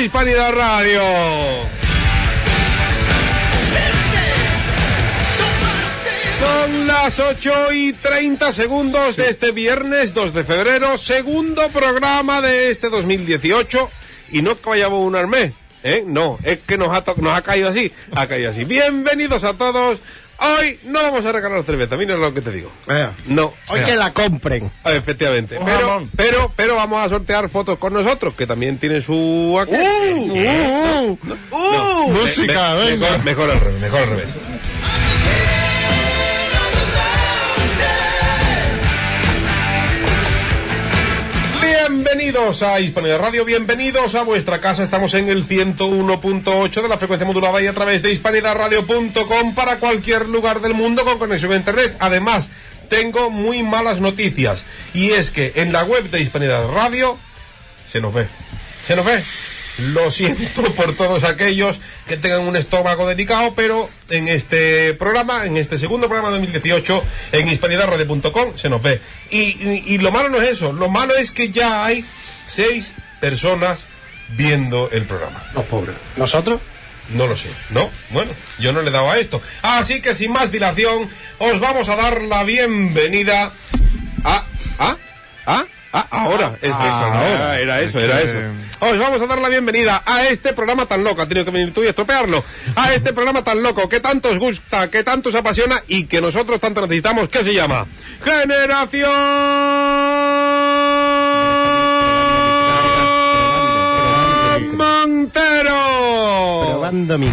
Hispanidad Radio. Son las 8 y 30 segundos de este viernes 2 de febrero, segundo programa de este 2018. Y no es que vayamos un armé, ¿eh? No, es que nos ha, to- nos ha caído así, ha caído así. Bienvenidos a todos. Hoy no vamos a regalar cerveza, mira lo que te digo. Vea. No, Hoy que la compren. Ah, Efectivamente. Un Pero, jamón. pero, pero vamos a sortear fotos con nosotros, que también tienen su... aquel. ¡Uh! Mm, mm. Uh, No, me- música, me- venga. Mejor, mejor al revés, mejor al revés. Bienvenidos a Hispanidad Radio, bienvenidos a vuestra casa. Estamos en el 101.8 de la frecuencia modulada y a través de hispanidadradio.com para cualquier lugar del mundo con conexión a internet. Además, tengo muy malas noticias y es que en la web de Hispanidad Radio se nos ve. Se nos ve. Lo siento por todos aquellos que tengan un estómago delicado, pero en este programa, en este segundo programa de 2018, en hispanidadradio.com, se nos ve. Y, y- y lo malo no es eso, lo malo es que ya hay seis personas viendo el programa. Los pobres. ¿Nosotros? No lo sé. No, bueno, yo no le he dado a esto. Así que sin más dilación, os vamos a dar la bienvenida a. ¿A? ¿A? ¿A? Ahora, es ahora. Era eso, era eso. Os vamos a dar la bienvenida a este programa tan loco. Ha tenido que venir tú y estropearlo. A este programa tan loco que tanto os gusta, que tanto os apasiona y que nosotros tanto necesitamos. ¿Qué se llama? Generación Montero. Probando mi.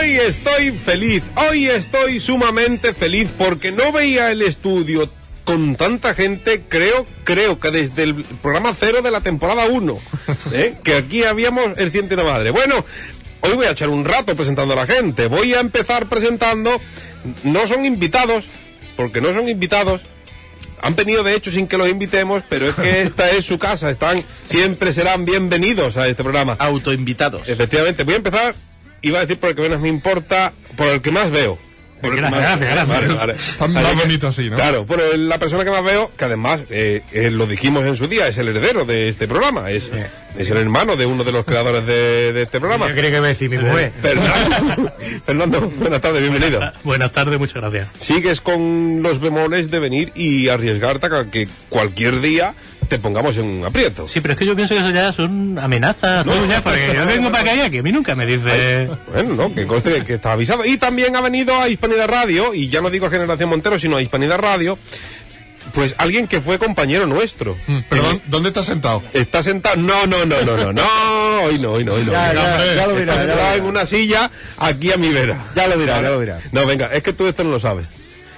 Hoy estoy feliz, hoy estoy sumamente feliz porque no veía el estudio con tanta gente, creo, creo que desde el programa cero de la temporada 1, que aquí habíamos el ciento y la madre. Bueno, hoy voy a echar un rato presentando a la gente, voy a empezar presentando, no son invitados, porque no son invitados, han venido de hecho sin que los invitemos, pero es que esta es su casa, están, siempre serán bienvenidos a este programa. autoinvitados. Efectivamente, voy a empezar. Iba a decir por el que menos me importa, por el que más veo. Por el que más- Vale, vale. Está más Así que, bonito así, ¿no? Claro, por el- la persona que más veo, que además eh, eh, lo dijimos en su día, es el heredero de este programa, es, es el hermano de uno de los creadores de, de este programa. Yo quería que me decís mi mujer. Fernando, Fernando, buenas tardes, bienvenido. Buenas tardes, muchas gracias. Sigues con los bemoles de venir y arriesgarte a que cualquier día te pongamos en un aprieto. Sí, pero es que yo pienso que eso ya son amenazas No. tuyas, porque yo vengo para acá y que a mí nunca me dice... Bueno, no, que conste que, que está avisado. Y también ha venido a Hispanidad Radio, y ya no digo a Generación Montero, sino a Hispanidad Radio, pues alguien que fue compañero nuestro. Mm, Perdón, ¿dónde estás sentado? Está sentado. No, no, no, no, no, no, hoy no, hoy no, hoy no. Ya, Hoy no. ya, hombre. Está ya lo verás. ya lo sentado en verás. una silla aquí a mi vera. Ya lo verás, ya lo verás. No, venga, es que tú esto no lo sabes.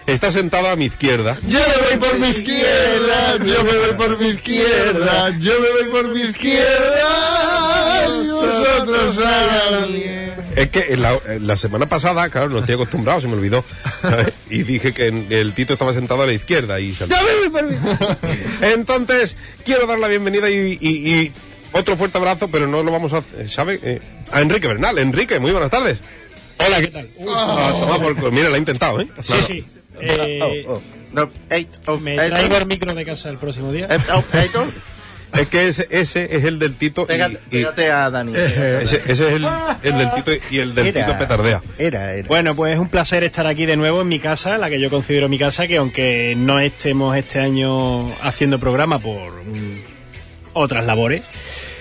Está sentado a mi izquierda. Yo me voy por mi izquierda, yo me voy por mi izquierda, yo me voy por mi izquierda, y vosotros hagan bien. Es que en la, en la semana pasada, claro, no estoy acostumbrado, se me olvidó. ¿sabes? Y dije que en- el Tito estaba sentado a la izquierda y saltó. Entonces, quiero dar la bienvenida y, y- y otro fuerte abrazo, pero no lo vamos a hacer, ¿sabe? Eh, a Enrique Bernal. Enrique, muy buenas tardes. Hola, ¿qué tal? Ah, toma por culo. mira, lo ha intentado, ¿eh? Sí, sí. Eh, Oh, oh. No, eight, oh, me eight, traigo oh, el micro de casa el próximo día. eight, oh, eight, oh. Es que ese, ese es el del Tito. y- Pégate, y- pégate a Dani. ese, ese es el, el del Tito y el del Tito petardea. Era, era. Bueno, pues es un placer estar aquí de nuevo en mi casa, la que yo considero mi casa, que aunque no estemos este año haciendo programa por mm, otras labores,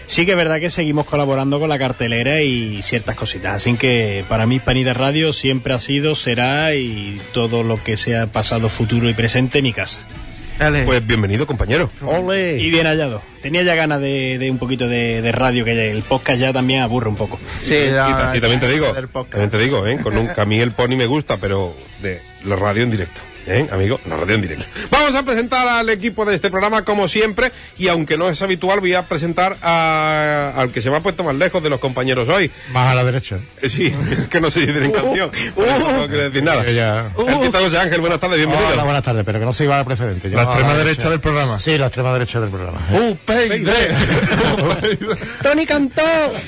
sí que es verdad que seguimos colaborando con la cartelera y ciertas cositas. Así que para mí Hispanidad Radio siempre ha sido, será y todo lo que sea pasado, futuro y presente, mi casa. Dale. Pues bienvenido, compañero. Ole. Y bien hallado. Tenía ya ganas de, de un poquito de, de radio, que el podcast ya también aburre un poco. Sí, ¿Eh? y, ta- la- y también te digo, del podcast. también te digo, ¿eh? Con un, que a mí el pony me gusta, pero de la radio en directo. ¿Eh, amigo? La radio en directo. Vamos a presentar al equipo de este programa, como siempre, y aunque no es habitual, voy a presentar a- al que se me ha puesto más lejos de los compañeros hoy. Más a la derecha. Eh, Sí, es que no sé Uh, si tienen canción. por eso no quiero decir nada. Que ya- El Tito José Ángel, buenas tardes, bienvenido. Hola, buenas tardes, pero que no se iba al precedente. Yo La a extrema derecha del programa. Sí, la extrema derecha del programa. ¡Uh, peide! Tony cantó.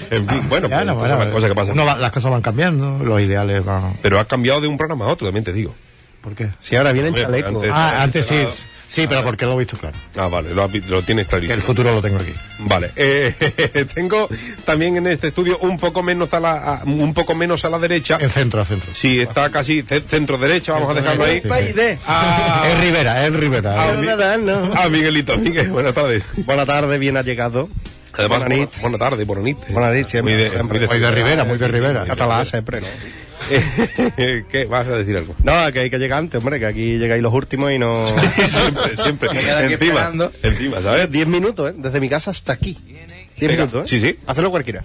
En fin, bueno, Ah, Ya, pues, no, estas eh. son bueno, las cosas que pasan. uno va- las cosas van cambiando, los ideales van. Pero has cambiado de un programa a otro, también te digo. ¿Por qué? Si ahora viene el Hombre, chaleco. antes- Ah, antes sí. Ah, Sí, pero porque lo he visto claro. Ah, vale, lo, has vi- lo tienes Que clarísimo. el futuro lo tengo aquí. Vale, eh, tengo también en este estudio un poco menos a la a- un poco menos a la derecha. En centro, a centro. Sí, está casi centro derecha, vamos a dejarlo ahí. Pay day. A, Es Rivera, es Rivera. a eh. Mi- Nada, no. a ah, Miguelito, Miguel, buenas tardes. Buenas tardes, bien ha llegado. Además, Buenas buena, nit. buena tarde, buena nit. Buenas nit, siempre, siempre. Muy de Rivera, muy de Rivera. Hasta la siempre, ¿no? Eh, ¿Qué? ¿Vas a decir algo? No, que hay que llegar antes, hombre, que aquí llegáis los últimos y no. siempre, siempre. Me quedo aquí Encima, esperando. encima, ¿sabes? 10 minutos, ¿eh? Desde mi casa hasta aquí. 10 Venga, minutos, ¿eh? sí, sí. Hazlo cualquiera.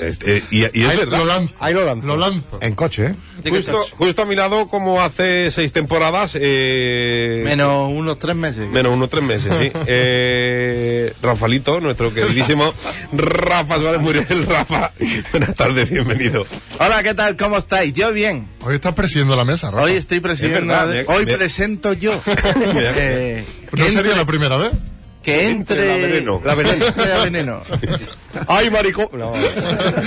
Este, y, y es Ahí verdad. lo lanzo. Ahí lo lanzo. Lo lanzo. En coche, ¿eh? Justo, justo a mi lado, como hace seis temporadas, eh, Menos unos tres meses. Menos uno, tres meses, sí. Eh, Rafalito, nuestro queridísimo Rafa Suárez Muriel. Rafa, buenas tardes, bienvenido. Hola, ¿qué tal? ¿Cómo estáis? Yo bien. Hoy estás presidiendo la mesa, Rafa. Hoy estoy presidiendo. Es verdad, la- hoy me- presento yo. Mira, Eh, ¿No que sería entre- la primera vez? que entre. entre la veneno. La veneno. La veneno. ¡Ay, maricón! No.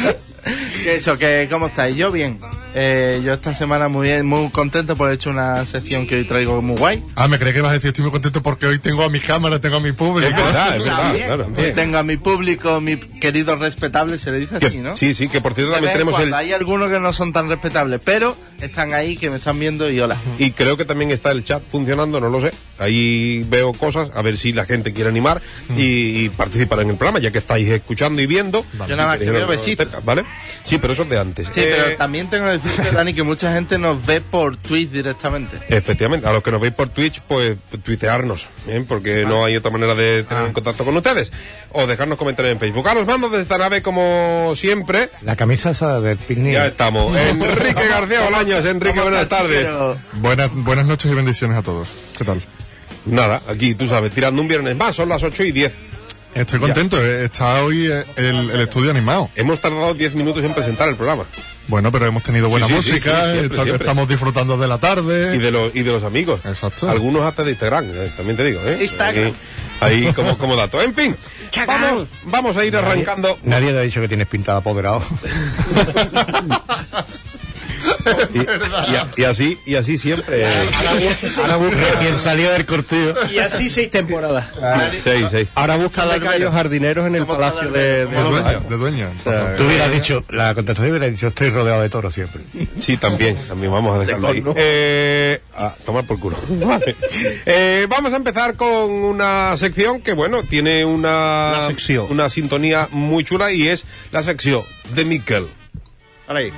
que eso, que cómo estáis, yo bien. Eh, yo esta semana muy bien, muy contento por he hecho una sección que hoy traigo muy guay. Ah, me creí que ibas a decir, estoy muy contento porque hoy tengo a mi cámara, tengo a mi público. Es verdad, Ah, es verdad, También. claro. Hoy tengo a mi público, mi querido respetable, se le dice Que- así, ¿no? Sí, sí, que por cierto De también vez en tenemos cuando. el... Hay algunos que no son tan respetables, pero están ahí, que me están viendo y hola. Y creo que también está el chat funcionando, no lo sé. Ahí veo cosas, a ver si la gente quiere animar y, y participar en el programa, ya que estáis escuchando y viendo. Yo nada más que veo besitos. ¿Vale? Sí, pero eso es de antes. Sí, Eh, pero también tengo que decirte, Dani, que mucha gente nos ve por Twitch directamente. Efectivamente, a los que nos veis por Twitch, pues tuitearnos, ¿bien? Ah. porque no hay otra manera de tener en contacto con ustedes. O dejarnos comentarios en Facebook. A los mandos de esta nave, como siempre, La camisa esa del picnic. ya estamos. Enrique García Bolaños, Enrique, buenas tardes. Pero- Buenas, buenas noches y bendiciones a todos. ¿Qué tal? Nada, aquí tú sabes, tirando un viernes más, son las 8 y 10. Estoy contento, eh, está hoy eh, el, el estudio animado. Hemos tardado 10 minutos en presentar el programa. Bueno, pero hemos tenido buena sí, sí, música, sí, siempre, está- siempre. estamos disfrutando de la tarde. Y de, los, y de los amigos. Exacto. Algunos hasta de Instagram, eh, también te digo. ¿eh? Instagram. Ahí, ahí como, como dato. En fin, vamos, vamos a ir arrancando. Nadie te ha dicho que tienes pintada apoderado. Y, y a- y así, y así siempre. eh, Ahora busca quien salió del cortillo. Y así seis temporadas. seis, seis. Ahora busca becarios jardineros en el Somos palacio cada de. de dueña, de dueña. Entonces, Tú hubieras dicho, la contestación hubiera dicho, estoy rodeado de toros siempre. Sí, también, también vamos a dejarlo ahí. Eh, a tomar por culo. Vale. Eh, vamos a empezar con una sección que, bueno, tiene una, La sección. una sintonía muy chula y es la sección de Miquel. Ahí.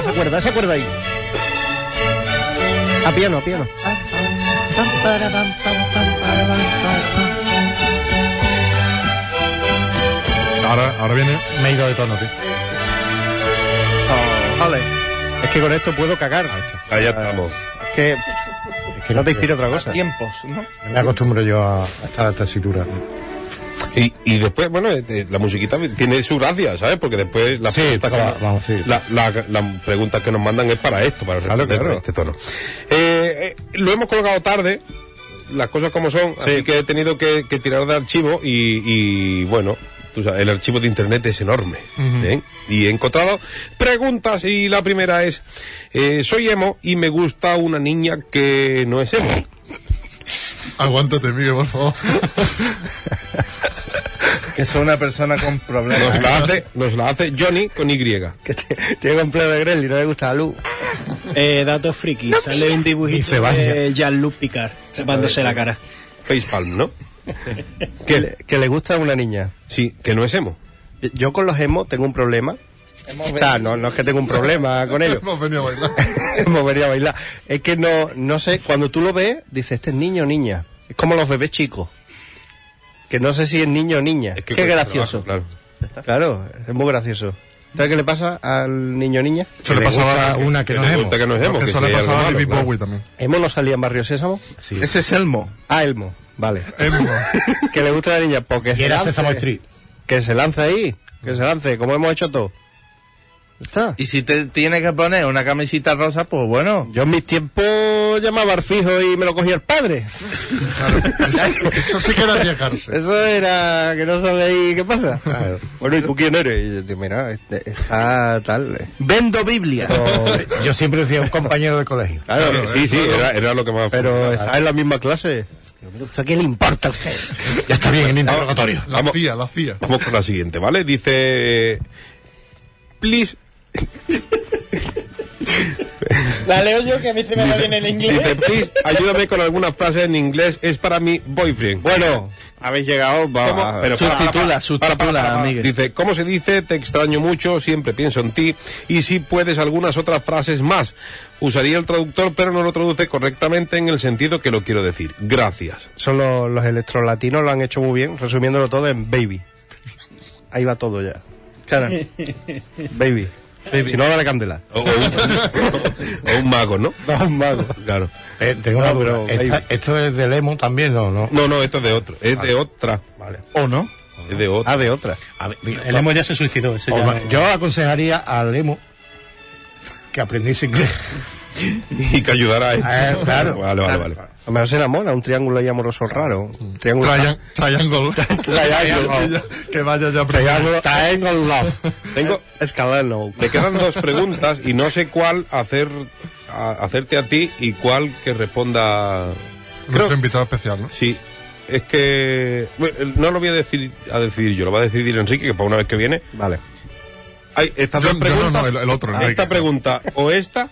Esa cuerda, esa cuerda ahí. A piano, a piano. ahora, ahora viene. Me he ido de tono, tío. Vale. Es que con esto puedo cagar. Ahí está. Allá estamos. Es que, es que no te inspira otra cosa. Tiempos, ¿no? Me acostumbro yo a, a esta tesitura. Y, y después, bueno, eh, eh, la musiquita tiene su gracia, ¿sabes? Porque después las Sí, preguntas que, claro, nos- vamos, sí. la- la- las preguntas que nos mandan es para esto, para Claro, responder claro. con este tono. Eh, eh, lo hemos colocado tarde, las cosas como son, así que he tenido que, que tirar de archivo y, y, bueno, tú sabes, el archivo de internet es enorme. ¿eh? Y he encontrado preguntas y la primera es, eh, soy emo y me gusta una niña que no es emo. Aguántate, Miguel, por favor. Que soy una persona con problemas. Nos la hace, nos la hace Johnny con Y. Que te- tiene complejo de Grelly, no le gusta la luz. Eh, datos friki, sale un Y dibujito se baña. de Jean-Luc Picard tapándose la cara. Facepalm, ¿no? Que ¿Qué? le, que le gusta una niña. Sí, que no es emo. Yo con los emos tengo un problema. O sea, no, no es que tengo un problema con ellos. Hemos venido a bailar. Hemos venido a bailar. Es que no, no sé, cuando tú lo ves, dices, este es niño o niña. Es como los bebés chicos. Que no sé si es niño o niña. Es que Qué cuesta gracioso. trabajo, claro. es muy gracioso. ¿Sabes qué le pasa al niño o niña? Eso le pasaba a una que Que no le es emo. gusta que no es emo. Que que eso le sí, pasaba a algo David malo, Bowie también. ¿Emo no salía en Barrio Sésamo? Ese es Elmo. Ah, Elmo. Vale. Elmo. que le gusta la niña porque Y se era lance- Sesame Street. Que se lance ahí. Que se lance, como hemos hecho todos. ¿Está? Y si te tienes que poner una camisita rosa, pues bueno. Yo en mis tiempos llamaba al fijo y me lo cogía el padre. Claro. Eso, eso sí que era arriesgarse. Eso era que no sabéis qué pasa. Bueno, ¿y tú quién eres? Y yo, tío, mira, este, está tal. eh. Vendo Biblia. O- Yo siempre decía un compañero de colegio. claro. Claro, eh. sí, sí, era, era lo que más. pero está en la misma clase. ¿A qué le importa a usted? Ya está bien, el interrogatorio. La CIA, la CIA. Vamos con la siguiente, ¿vale? Dice. Please. La leo yo que a mí se me va bien el Dice, please, ayúdame con alguna frase en inglés. Es para mi boyfriend. Bueno, habéis llegado, ¿Cómo? vamos. Pero para, para, para, Sustitula, para, para, para, sustitula, para. amigo. Dice, ¿cómo se dice? Te extraño mucho, siempre pienso en ti. Y si puedes, algunas otras frases más. Usaría el traductor, pero no lo traduce correctamente en el sentido que lo quiero decir. Gracias. Son los, los electrolatinos, lo han hecho muy bien, resumiéndolo todo en baby. Ahí va todo ya. Cara. Baby. Si no, dale candela. O, o un, o un mago, ¿no? Vamos, mago. Claro. Eh, tengo una No, duda. pero, Esta- baby. esto es de Lemon también, no, no. No, no, esto es de otro. Es de otra. Vale. ¿O no? Es de otra. Ah, de otra. A ver, mira, El emo ya se suicidó. Ese o ya ma- no- Yo aconsejaría al emo que aprendiese inglés. Y que ayudará a esto. Eh, claro. Vale, vale, vale. A lo mejor se enamora, un triángulo ahí amoroso raro. Un triángulo. Trian- Triangle. Triángulo. Que ya- Que vaya ya primero. Triángulo. Triángulo love. Tengo, Escalano. me quedan dos preguntas y no sé cuál hacer, a- hacerte a ti y cuál que responda. Creo- Nuestro invitado especial, ¿no? sí. Es que bueno, no lo voy a decir a decidir yo, lo va a decidir Enrique, que para una vez que viene. Vale. Hay estas Yo- dos yo preguntas. no, no, el- el otro, Enrique. esta pregunta o esta,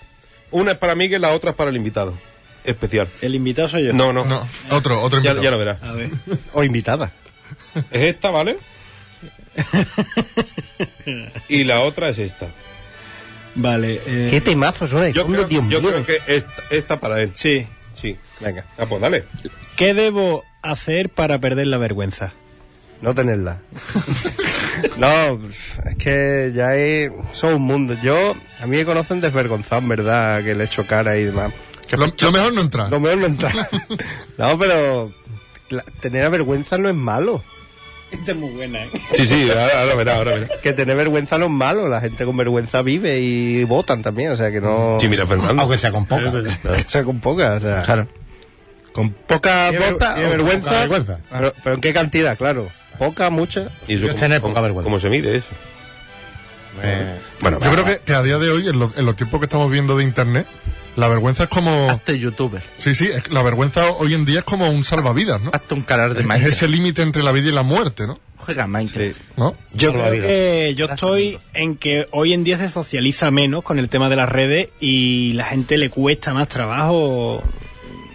una es para Miguel, la otra es para el invitado especial. El invitado soy yo. No, no, No, otro, otro ya, invitado. ya lo verás. A ver. O invitada. Es esta, ¿vale? y la otra es esta. Vale. eh, ¿Qué temazo suena? Yo Hombre, creo, Dios yo mío. creo que esta, esta para él. Sí. Sí. Venga, Ah, pues dale. ¿Qué debo hacer para perder la vergüenza? no tenerla. no, es que ya es... Son un mundo. Yo... A mí me conocen desvergonzado, en verdad, que le echo cara y demás. Lo, lo mejor no entrar. No me vuelvo a entrar. no, pero... la- tener vergüenza no es malo. Esta es muy buena, ¿eh? Sí, sí, ahora, ahora verá, ahora verá. Que tener vergüenza no es malo. La gente con vergüenza vive y votan también. O sea, que no... Sí, mira, Fernando. Aunque sea con poca. O sea, con poca, o sea... Claro. Con poca ¿Tiene ver- bota tiene o vergüenza? poca Claro, pero en qué cantidad, claro. Poca, mucha. Y eso Yo tener cómo- poca vergüenza. ¿Cómo se mide eso? Bueno, Yo creo que, que a día de hoy, en los, en los tiempos que estamos viendo de internet, la vergüenza es como. Hazte youtuber. Sí, sí, es- la vergüenza hoy en día es como un salvavidas, ¿no? Hazte un canal Ah, de Es ese Minecraft. límite entre la vida y la muerte, ¿no? Juega Minecraft. ¿No? Yo Toda la creo vida. que Eh, yo estoy en que hoy en día se socializa menos con el tema de las redes y la gente le cuesta más trabajo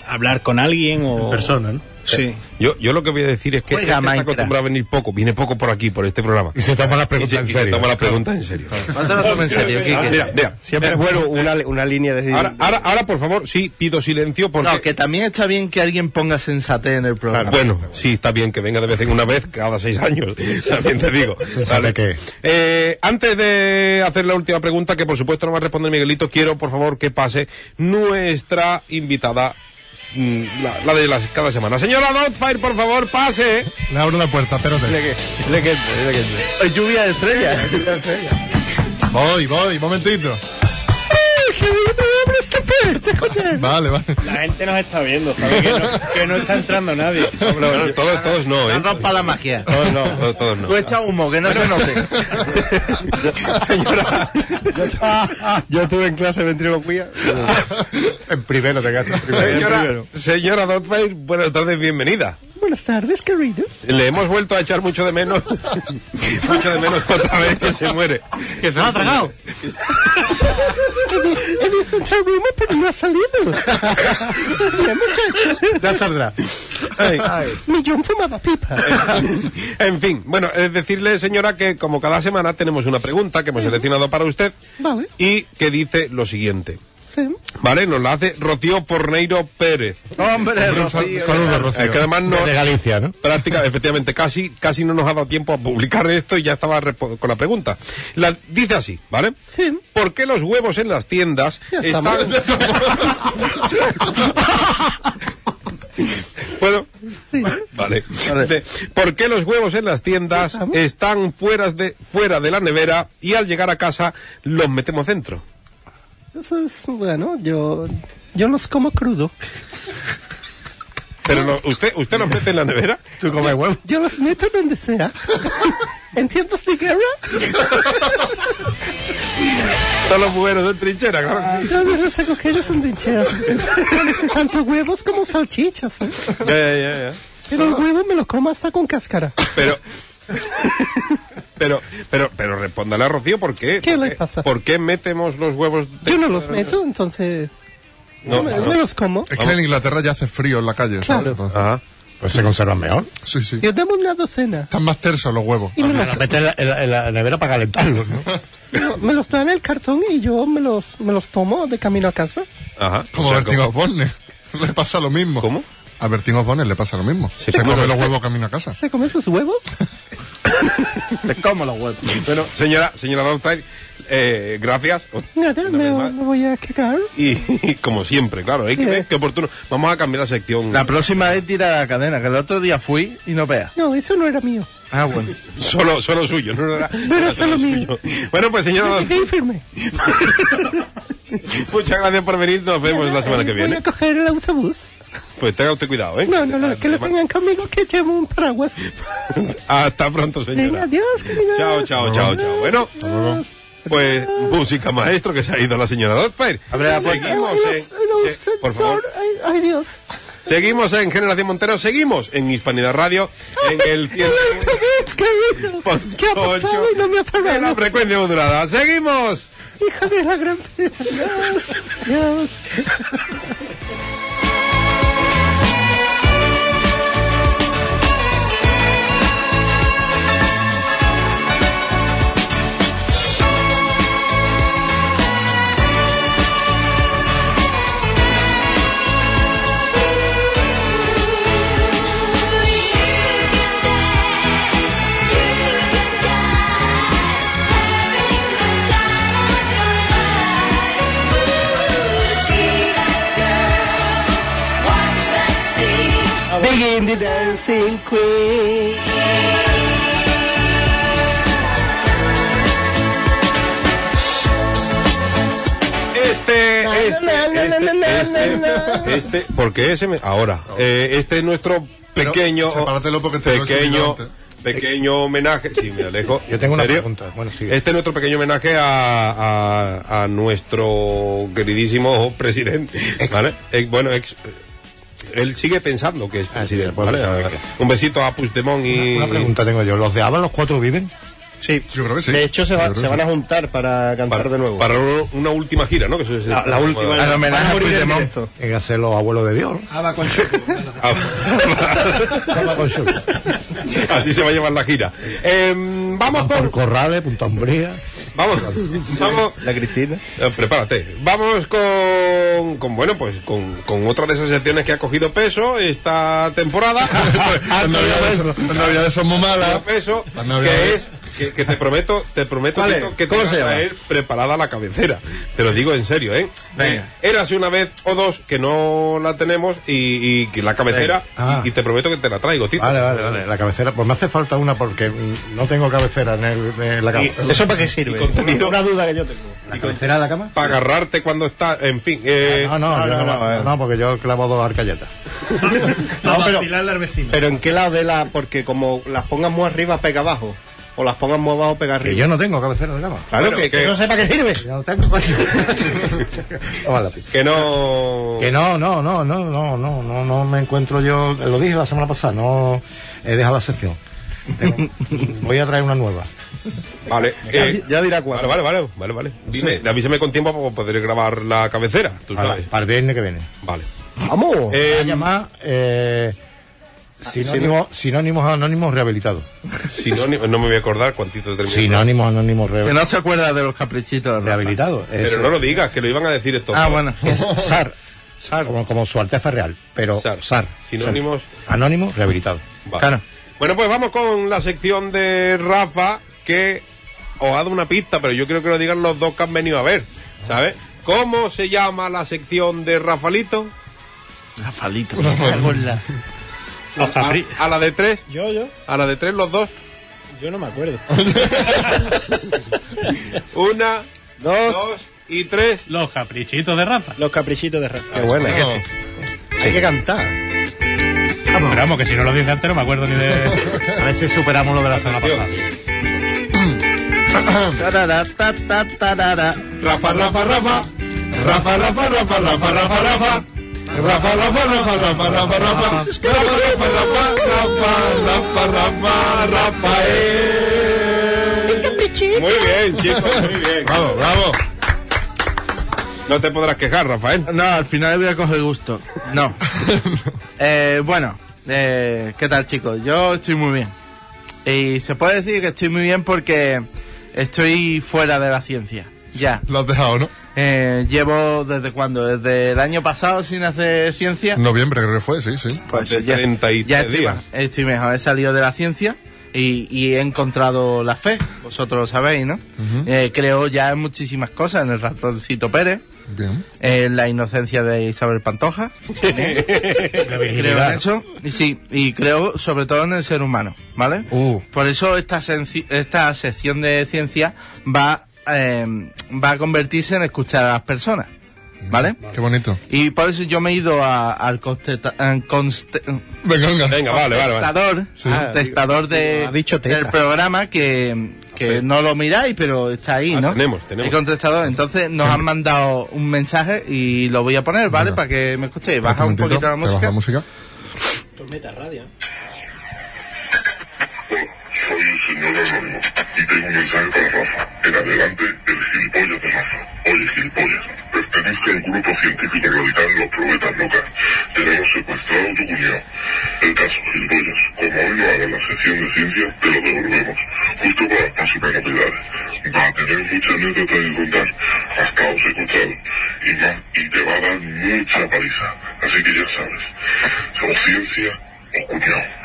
hablar con alguien o... Persona, ¿no? Sí. Yo, yo lo que voy a decir es que Juega este está Minecraft. acostumbrado a venir poco, viene poco por aquí, por este programa. Y se toma las Y se, preguntas y en se serio. toma las preguntas en serio. No te lo tomes en serio, Ah, Quique. Mira, mira. Siempre es bueno una, una línea de... Ahora, ahora, ahora, por favor, sí, pido silencio porque... No, que también está bien que alguien ponga sensatez en el programa. Bueno, sí, está bien que venga de vez en una vez cada seis años, también te digo. sabe qué. Eh, antes de hacer la última pregunta, que por supuesto no va a responder Miguelito, quiero por favor que pase nuestra invitada mm, la, la de las, cada semana. Señora Dotfire, por favor, pase. Le abro la puerta, espérate. que, dile que entre, dile que entre. Lluvia de estrellas. Voy, voy, momentito. Vale, vale. La gente nos está viendo, ¿sabes? Que no, que no está entrando nadie. Bueno, todos, todos no, ¿eh? No rompa la magia. Todos no, todos, todos no. Tú echa humo, que no se note. Señora, yo, estu- Ah, yo estuve en clase de ventriloquía. En primero te gastas. Señora, señora Dotfire, buenas tardes, bienvenida. Buenas tardes, querido. Le hemos vuelto a echar mucho de menos. mucho de menos otra vez que se muere. Que se lo ha tragado. He visto entrar humo, pero no ha salido. ¿Estás bien, muchacho? Ya saldrá. Ay. Ni yo fumaba pipa. en fin, bueno, es decirle, señora, que como cada semana tenemos una pregunta que hemos seleccionado para usted Vale. y que dice lo siguiente. Sí. ¿Vale? Nos la hace Rocío Porneiro Pérez. Hombre, Hombre, sal- Rocío. Saludos, Rocío. Es que además no... De Galicia, ¿no? Práctica, efectivamente, casi, casi no nos ha dado tiempo a publicar esto y ya estaba respo- con la pregunta. La, dice así, ¿vale? Sí. ¿Por qué los huevos en las tiendas Ya están... estamos. ¿Puedo? Vale. De- ¿Por qué los huevos en las tiendas están fuera de, fuera de la nevera y al llegar a casa los metemos dentro? Eso es, bueno, yo, yo los como crudo. Pero lo- usted, usted los mete en la nevera. Tú comes huevo. Yo los meto donde sea. en tiempos de guerra, Todos los huevos de trinchera, claro. yo los recogeré son trincheras. Tanto huevos como salchichas. ¿eh? Ya, ya, ya, ya. Pero el huevo me lo como hasta con cáscara. Pero. Pero, pero, pero respóndale a Rocío por qué. ¿Qué ¿Por le pasa? ¿Por qué metemos los huevos? de- Yo no los meto, entonces No, me, no. me los como. Es que en Inglaterra ya hace frío en la calle, ¿sabes? Claro. Entonces, Ah, Pues se conservan mejor. sí, sí. Yo dame una docena Están más tersos los huevos. y me los, Los metes en la, en la- en la nevera para calentarlo, ¿no? me los dan en el cartón y yo me los, me los tomo de camino a casa. ajá. Como O sea, Bertín Osborne. Le pasa lo mismo. ¿Cómo? A Bertín Osborne le pasa lo mismo. Se, claro. come los huevos camino a casa. ¿Se come sus huevos? Te como los huevos. Bueno, señora, señora Downstyle, eh, gracias. Nada, Una me, vez más. me voy a cagar. Y, y como siempre, claro, ¿eh? qué, qué oportuno. Vamos a cambiar la sección. La próxima vez tira la cadena, que el otro día fui y no veas. No, eso no era mío. Ah, bueno. Solo, solo suyo, no era, no era era solo mío. Bueno, pues señora Yo Downstyle, llegué firme. muchas gracias por venir. Nos vemos la semana que Voy viene. a coger el autobús. Pues tenga usted cuidado, ¿eh? No, no, no, que lo tengan conmigo, que llevo un paraguas. Hasta pronto, Venga, señora. adiós, queridos. Pues Chao, chao, chao, chao. Bueno, pues música maestro que se ha ido la señora Dotfire. Abre la puerta. Seguimos, Ay, eh, los- los eh, por favor. sensor- Ay, ay, Dios. Seguimos en Generación Montero, seguimos en Hispanidad Radio, en el El 100 autobús, querido. ¿Qué ha pasado y no me ha de la parado? frecuencia modulada. ¡Seguimos! Hija de la gran... Dios, Dios. Begin the dancing queen. Este, na, na, este, na, na, na, este, este, este, ¿por qué ese? me- Ahora, eh, este es nuestro Pero, pequeño, sepáratelo porque te lo he pequeño, subido antes. pequeño homenaje. Sí, me alejo. Yo tengo una ¿En serio? pregunta. Bueno, sigue. Este es nuestro pequeño homenaje a, a- a nuestro queridísimo presidente. ¿vale? Eh, bueno, ex- eh, él sigue pensando que es presidente. bueno, ¿vale? bueno, Ah, Un besito a Puigdemont y. Una pregunta tengo yo. ¿Los de Ava los cuatro viven? Sí. Yo creo que sí. De hecho, se Yo va, creo se que van a sí. juntar para cantar Para, de nuevo. para un- una última gira, ¿no? Que eso es- la, la última. Ah, En homenaje a Puigdemont. En hacer los abuelos de Dios. ¿no? Ava Ah, con su- Así se va a llevar la gira. Em, vamos Por con. Corrales, Punta Umbría. Vamos, vamos. La Cristina. Eh, Prepárate. Vamos con, con bueno, pues con, con otra de esas secciones que ha cogido peso esta temporada. Las navidades son- las navidades son muy malas. peso, Las navidades. que es que, que te prometo, te prometo Vale, Tito, que te ¿cómo voy a se llama? traer preparada la cabecera. Te lo digo en serio, ¿eh? Venga. Eh, Érase una vez o dos que no la tenemos y, y que la cabecera, Ah. y, y te prometo que te la traigo, Tito. Vale, vale, vale. La cabecera. Pues me hace falta una porque mm, no tengo cabecera en, el- en la cama. ¿Eso para qué Y sirve? contenido Una duda que yo tengo. ¿La cabecera de la cama? para agarrarte cuando está, en fin. eh, No, no, yo Ah, no, Ah, no, no, no, porque yo clavo dos arcalletas. Para vacilarle al vecino. Pero en qué lado de la. Porque como las pongas muy arriba, pega abajo. O las pongas muy abajo, pega Que arriba. yo no tengo cabecera de cama. Claro Bueno, que, que- que no sé para qué sirve. Yo no tengo coño. Toma el lápiz. que no. Que no, no, no, no, no, no, no, no me encuentro yo. Lo dije la semana pasada, no he dejado la sección. Tengo- voy a traer una nueva. Vale. eh, Ya dirá cuál. Vale, vale, vale, vale, vale. Dime, avísame con tiempo para poder grabar la cabecera, tú Para, sabes. para el viernes que viene. Vale. ¡Vamos! Eh, Voy a llamar, eh, sinónimos, sinónimos anónimos rehabilitados. Sinónimo, no me voy a acordar cuántitos terminan. Sinónimos anónimos Que re- no se acuerda de los caprichitos. Rafa. rehabilitados. Pero Eso. no lo digas, que lo iban a decir estos. Ah, dos. bueno. SAR. SAR. Como, como su Alteza Real, pero SAR. SAR. Sinónimos. Anónimo rehabilitado. Vale. Claro. Bueno, pues vamos con la sección de Rafa, que os ha dado una pista, pero yo creo que lo digan los dos que han venido a ver, ¿sabes? ¿Cómo se llama la sección de Rafalito? Rafalito. A, a la de tres, Yo, yo, a la de tres los dos. yo no me acuerdo. Una, dos, y tres. Los caprichitos de raza. Los caprichitos de Rafa. qué bueno. Hay que cantar. Pero vamos, que si no lo dije antes no me acuerdo ni de... A ver si superamos lo de la semana pasada. Tarara, ta, ta, tarara. Rafa, Rafa, Rafa. Rafa, Rafa, Rafa, Rafa, Rafa, Rafa. Rafa, Rafa, Rafa, Rafa, Rafa, Rafa. Rafa, Rafa, Rafa, Rafa, Rafa, Rafa, Rafael. Muy bien, chicos, muy bien. Bravo, bravo. No te podrás quejar, Rafael. No, al final voy a coger gusto. No. Eh, bueno, eh, ¿qué tal chicos? Yo estoy muy bien. Y se puede decir que estoy muy bien porque estoy fuera de la ciencia. Ya. Lo has dejado, ¿no? Eh, llevo desde cuándo? Desde el año pasado sin hacer ciencia. Noviembre creo que fue, sí, sí. Pues De ya, 33 ya estoy, días. ma- estoy mejor, he salido de la ciencia y, y he encontrado la fe, vosotros lo sabéis, ¿no? Eh, creo ya en muchísimas cosas, en el ratoncito Pérez, Bien. en la inocencia de Isabel Pantoja, creo en eso, y sí, y creo sobre todo en el ser humano, ¿vale? Uh. Por eso esta, senci- esta sección de ciencia va, eh, va a convertirse en escuchar a las personas, ¿vale? Qué bonito. Y por eso yo me he ido a- al consteta- al conste- Venga, venga. Venga, vale, vale, vale. testador, ah, testador de, ha dicho teta. del programa que, que no lo miráis, pero está ahí, Ah, ¿no? tenemos, tenemos. El contestador. Entonces nos han mandado un mensaje y lo voy a poner, ¿vale? Para que me escuchéis. Baja un momentito, poquito la te bajo música. la música. Tormenta radio. Soy el señor Anónimo y tengo un mensaje para Rafa. En adelante, el gilipollas de Rafa. Oye, gilipollas, pertenezco al grupo científico radical Los Probetas Locas. Tenemos secuestrado a tu cuñado. El caso, gilipollas, como hoy no hagas la sesión de ciencia, te lo devolvemos. Justo para las próximas novedades. Va a tener muchas anécdotas que contar. Ha estado secuestrado. Y más, y te va a dar mucha paliza. Así que ya sabes, o ciencia o cuñado.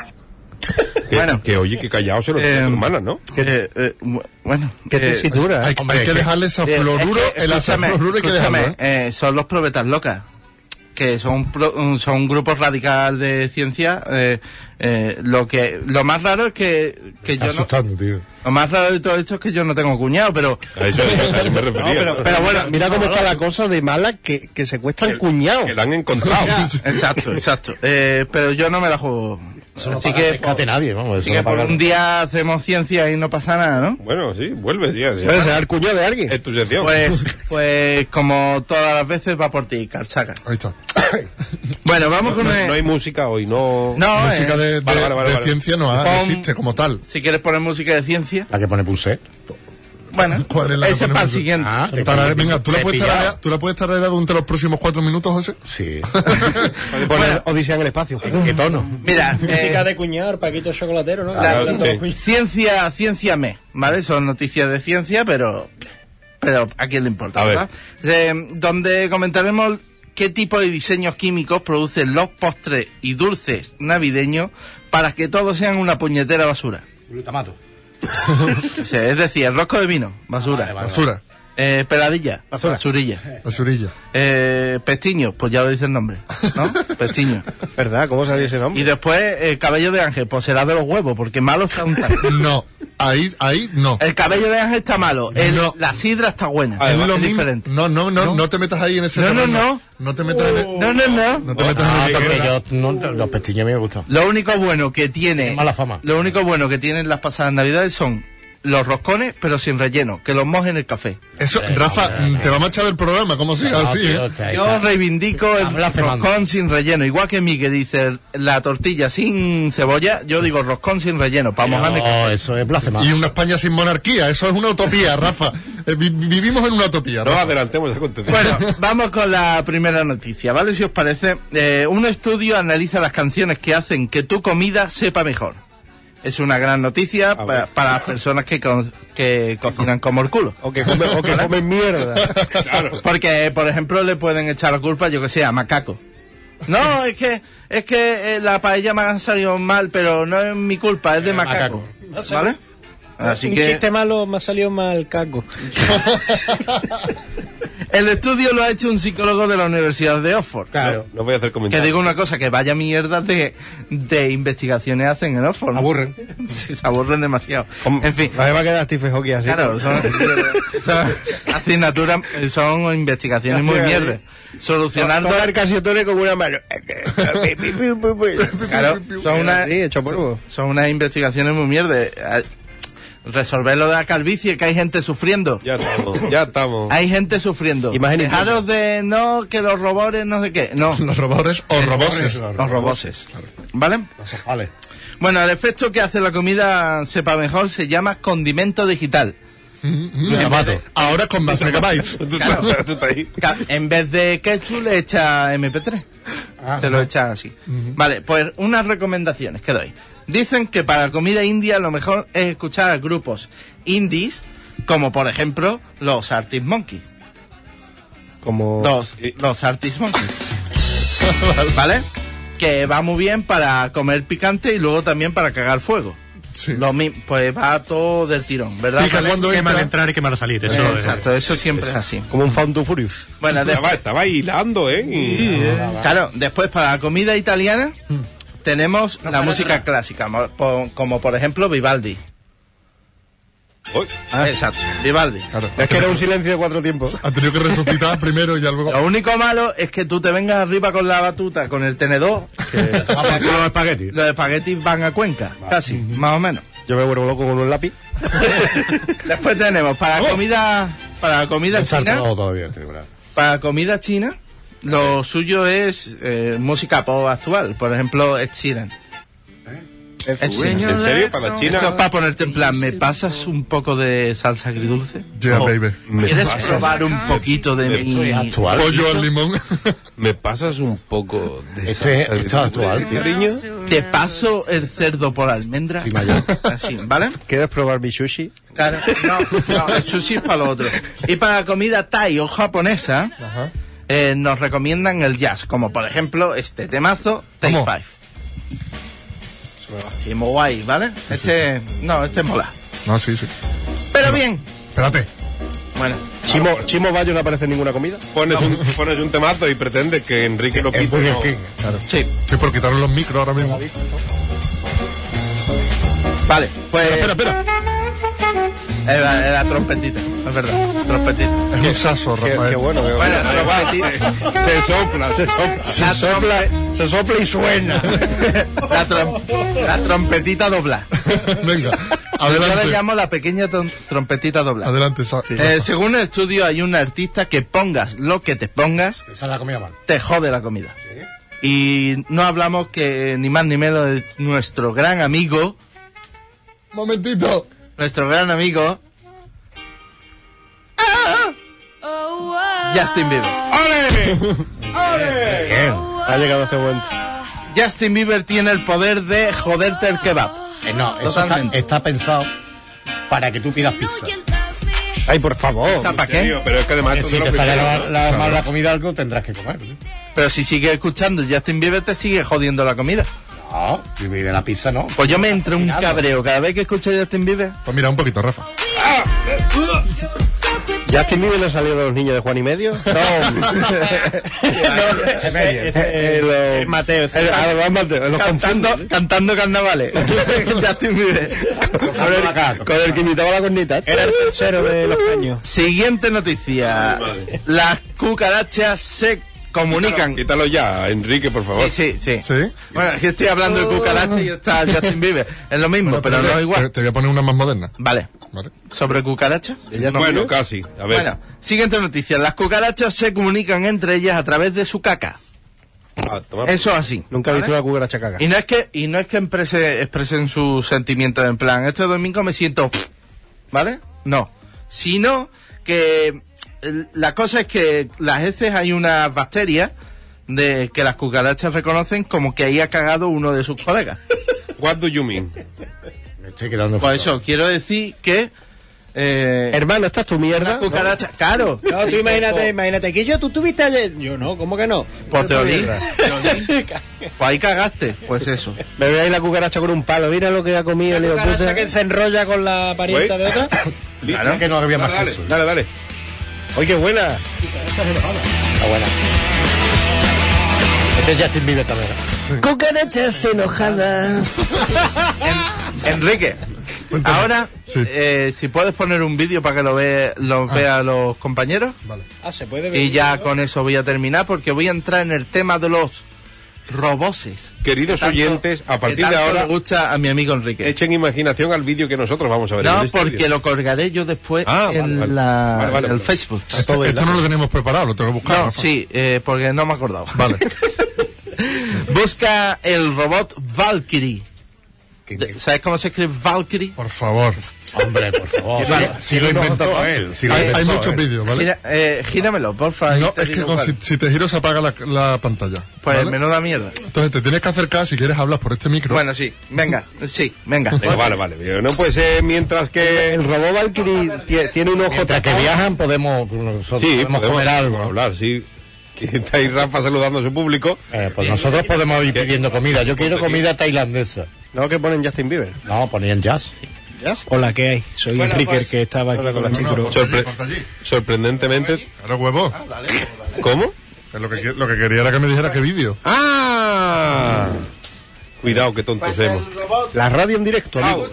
Que, Bueno. que oye, que callado se lo dice Eh, a tu hermana, ¿no? Eh, eh, bu- bueno, Qué eh, tesitura. Hay, hay que dejarle esa eh, floruro, es que, el escúchame, azafloruro hay que escúchame, dejarlo, ¿eh? eh, son los probetas locas. Que son un pro- un- son un grupo radical de ciencia. eh, eh, lo que lo más raro es que, que yo no, asustando, tío. lo más raro de todo esto es que yo no tengo cuñado, pero A eso, a eso me refería. ¿no? Pero bueno, Mira cómo está la cosa de mala que, que secuestran cuñado. que la han encontrado. Exacto, exacto. Eh, pero yo no me la juego. Así eh. que, Rescate nadie, vamos. así que por un día hacemos ciencia y no pasa nada, ¿no? bueno, sí, vuelve, ya. Puede ser el cuñado de alguien. Es tu sección. Pues, pues como todas las veces va por ti, Carchaca. Ahí está. Bueno, vamos con no, el- no hay música hoy, no. eh. No, música de, eh, de- Vale, vale, vale, de vale. ciencia no, ha- Pon- existe como tal. si quieres poner música de ciencia, La que pone pulse. bueno, ¿Cuál es la que Ah. ese es ponemos para el tú? siguiente. Tara- venga, ¿tú la, Te puedes pillaba. tararear, ¿tú la puedes tararear durante los próximos cuatro minutos, José? Sí. Puede bueno. poner Odisea en el espacio. ¿Qué tono? Mira, eh, Música de cuñar, Paquito Chocolatero, Ah, ¿no? la- Tanto sí. cuñ- Ciencia, ciencia me, ¿vale? Son noticias de ciencia, pero pero a quién le importa, A ver. ¿verdad? Eh, donde comentaremos qué tipo de diseños químicos producen los postres y dulces navideños para que todos sean una puñetera basura. Glutamato. O sea, es decir, el rosco de vino, basura. Basura. Eh, peladilla, basurilla. Basurilla. Eh, pestiño, pues ya lo dice el nombre, ¿no? Pestiño. ¿Verdad? ¿Cómo salió ese Y nombre? después, eh, cabello de ángel, pues será de los huevos, porque malo está un taco. No. Ahí, ahí no. El cabello de ángel está malo, el- No. la sidra está buena, Es es lo mismo. diferente. No, no, no, no, te metas ahí en ese No, terreno. no, Oh. Ah. no. No te metas en el- No, no, no. No te metas Ah, en ese terreno. Ah, yo, no, los pestiños me gustan. Lo único bueno que tiene. Mala fama. Lo único bueno que tienen las pasadas navidades son los roscones, pero sin relleno, que los mojen en el café. e- Eso, Rafa, te va a marchar el programa, ¿cómo sigas Ah, así, Ah, eh? Yo reivindico el Blasfemando. roscón sin relleno. Igual que mí que dice la tortilla sin cebolla, yo digo roscón sin relleno, para mojar en el café. No, eso es blasfemado. Y una España sin monarquía, eso es una utopía, Rafa. Eh, vi- vivimos en una utopía, No Rafa. adelantemos esa contestación. Bueno, vamos con la primera noticia, ¿vale? Si os parece, Eh, un estudio analiza las canciones que hacen que tu comida sepa mejor. Es una gran noticia pa- bueno. para las personas que, co- que cocinan como el culo. O que come, o que come mierda. Porque, por ejemplo, le pueden echar la culpa, yo que sé, a Macaco. No, es que es que eh, la paella me ha salido mal, pero no es mi culpa, Eh, es de Macaco. ¿Vale? Así Un que chiste malo me ha salido mal caco. el estudio lo ha hecho un psicólogo de la Universidad de Oxford. Claro. No, voy a hacer Que comentarios. digo una cosa, que vaya mierda de, de investigaciones hacen en Oxford. ¿no? Aburren. Sí, se aburren demasiado. En fin. A mí me ha quedado Stephen Hawking así. Claro, son, son asignaturas, son investigaciones muy Gracias, mierda. Solucionando, Tocar casiotone como una mano. claro, son una, Sí, hecho polvo. Son unas investigaciones muy mierdes. Eh, Resolver lo de la calvicie, que hay gente sufriendo. Ya estamos, ya estamos. Hay gente sufriendo. Imágenes Dejaros de no, que los robores, no sé qué. No, Los robadores o roboses. los roboses. ¿Vale? Vale. Bueno, el efecto que hace la comida sepa mejor se llama condimento digital. Ahora con más megabytes. Tú, claro. tú estás ahí. Ca- En vez de ketchup le echa MP3. Te lo echa así. Vale, pues unas recomendaciones que doy. Dicen que para comida india lo mejor es escuchar a grupos indies, como por ejemplo los Artist Monkeys. Como. Los, los Artist Monkeys. Oh. ¿Vale? Que va muy bien para comer picante y luego también para cagar fuego. Sí. Lo mi- pues va todo del tirón, ¿verdad? Pica Vale. cuando Qué mal entra. entrar y qué mal salir. Eso, eh. Exacto, eso siempre es así. Como un Found to Furious. Bueno, después- Estaba, estaba hilando, ¿eh? Y- Claro, después para la comida italiana tenemos la música clásica, mo- po- como por ejemplo Vivaldi. Uy, Exacto, Vivaldi. Claro. Es que era un silencio de cuatro tiempos. Ha tenido que resucitar primero y ya luego. Lo único malo es que tú te vengas arriba con la batuta, con el tenedor, que Vamos con los espaguetis. los espaguetis van a Cuenca, casi, más o menos. Yo me vuelvo loco con un lápiz. Después tenemos para la comida, para la comida china, No, todavía, tío, ¿verdad? para la comida china, lo suyo es eh, música pop actual, por ejemplo Ed Sheeran. Ed Sheeran. ¿En serio? ¿Para China? Esto es para ponerte en plan, ¿me pasas un poco de salsa agridulce? Yeah, O, baby. ¿Quieres probar un poquito de mi...? Pollo al limón. ¿Me pasas un poco de Esto Este, es- salsa de- esto es actual, tío. cariño? Te paso el cerdo por almendra. Así, ¿vale? ¿Quieres probar mi sushi? Claro. No, no, el sushi es para lo otro. Y para la comida thai o japonesa, eh, nos recomiendan el jazz, como por ejemplo este temazo, Take ¿Cómo? Five. Sí, muy guay, ¿vale? Este, no, este mola. No, sí, sí. Pero bien, Espérate. bueno, Chimo, Chimo Bayo no aparece en ninguna comida. Pones un, pones un temazo y pretendes que Enrique lo quite. Burger ¿no? King. sí, Sí, por quitaron los micros ahora mismo. vale, pues... Espera, espera. Era, era trompetita, es verdad, trompetita. Es un saso, Qué, Rafael. qué bueno, qué bueno. Bueno, trompetita. Se sopla, se sopla. Se sopla, se sopla y suena. La, trom- la trompetita dobla. Venga, Yo le adelante. llamo la pequeña trom- trompetita dobla. Adelante, Sa- Eh, según el estudio hay un artista que pongas lo que te pongas, Esa es la comida mal. te jode la comida. Y no hablamos que ni más ni menos de nuestro gran amigo, Momentito. nuestro gran amigo Justin Bieber. Ha llegado hace buen. Justin Bieber tiene el poder de joderte el kebab. Eh, no, eso está, Totalmente. está pensado para que tú pidas pizza. Ay, por favor. ¿Para qué? Eh, Tío, pero es que además... tú Si no te lo sale la, piensas, la- mal la comida algo, tendrás que comer. ¿no? Pero si sigues escuchando Justin Bieber te sigue jodiendo la comida. No, vivir de la pizza no. Pues yo me entro un cabreo cada vez que escucho Justin Bieber. Pues mira, un poquito, Rafa. ¿Justin Bieber no salió de los niños de Juan y medio? No, Ese- ese- Eh, lo- el Mateo. ese- Eh, a ver, vamos, te- los Cantando, confundo. cantando carnavales. Justin Bieber. Con el- Con el que imitaba la cornita. Era el tercero de los caños. Siguiente noticia. Las cucarachas se comunican. Quítalo ya, Enrique, por favor. Sí, sí, sí. ¿Sí? Bueno, es que estoy hablando de cucarachas y está Justin Bieber. Es lo mismo, pero no Espérate, es Te, igual. te voy a poner una más moderna. Este, Vale. ¿Vale? ¿Sobre cucarachas? bueno, casi. A ver. Bueno, siguiente noticia. Las cucarachas se comunican entre ellas a través de su caca. Ah, toma. Eso es así. Nunca he ¿vale? visto una cucaracha caca. Y no es que, y no es que emprese- expresen sus sentimientos en plan, este domingo me siento. ¿Vale? No. Sino que el- la cosa es que las heces hay unas bacterias de que las cucarachas reconocen como que ahí ha cagado uno de sus colegas. What do you mean? Me estoy quedando Por eso quiero decir que eh, Hermano, ¿estás tu las mierda? cucarachas, claro, No, tú imagínate, imagínate, que yo, tú tuviste ayer. Yo no, ¿cómo que no? pues te olí, te olí. pues ahí cagaste, pues eso. Me voy a ir la cucaracha con un palo. Mira lo que ha comido, el hijo de cucaracha puta. que se enrolla con la parienta de otra? Claro. que no había más Dale, queso. dale, dale. Oye, qué buena. Cucarachas enojadas. Enrique, Cuéntame. ahora, Sí. eh, si puedes poner un vídeo para que lo, ve, lo Ah. vea los compañeros. Vale. Ah, se puede ver. Y ya con eso voy a terminar porque voy a entrar en el tema de los roboses. Queridos Tanto- oyentes, a que partir de tanto ahora le gusta a mi amigo Enrique. echen imaginación al vídeo que nosotros vamos a ver. en No, el estudio. porque lo colgaré yo después este Ah, vale, en, vale. la- Vale, Ah, vale, en vale. el Facebook. Esto, esto no lo tenemos preparado, lo tengo que buscar. No, Rafa. sí, eh, porque no me acordaba. Vale. Busca el robot Valkyrie. De- ¿Sabes cómo se escribe Valkyrie? Por favor. Hombre, por favor. Si lo inventó él. Si lo Hay, inventó hay muchos él. vídeos, ¿vale? Gira- eh, gíramelo, porfa. no, y te es que digo con- cuál. si, si te giro se apaga la, la pantalla. Pues ¿vale? menuda mierda. Entonces te tienes que acercar si quieres hablas por este micro. Bueno, sí, venga, sí, venga. Venga, vale, vale. No puede ser mientras que. El robot Valkyrie tie- tiene un ojo Mientras que tapado. viajan podemos, nosotros Sí, podemos comer algo. Hablar, sí. Y Está ahí Rafa saludando a su público. Eh, pues nosotros podemos ir pidiendo comida. Yo quiero comida tailandesa. No, que ponen Justin Bieber. No, ponían jazz. Hola, ¿qué hay? Soy Bueno, Enrique, pues- el que estaba aquí con el No, no, micro. ponte allí, Sorpre- ponte allí. Sorprendentemente. Claro, huevo. ¿Cómo? Es Lo que, qui- lo que quería era que me dijera qué vídeo. ¡Ah! Cuidado, que pues, tontos hemos. La radio en directo, amigo.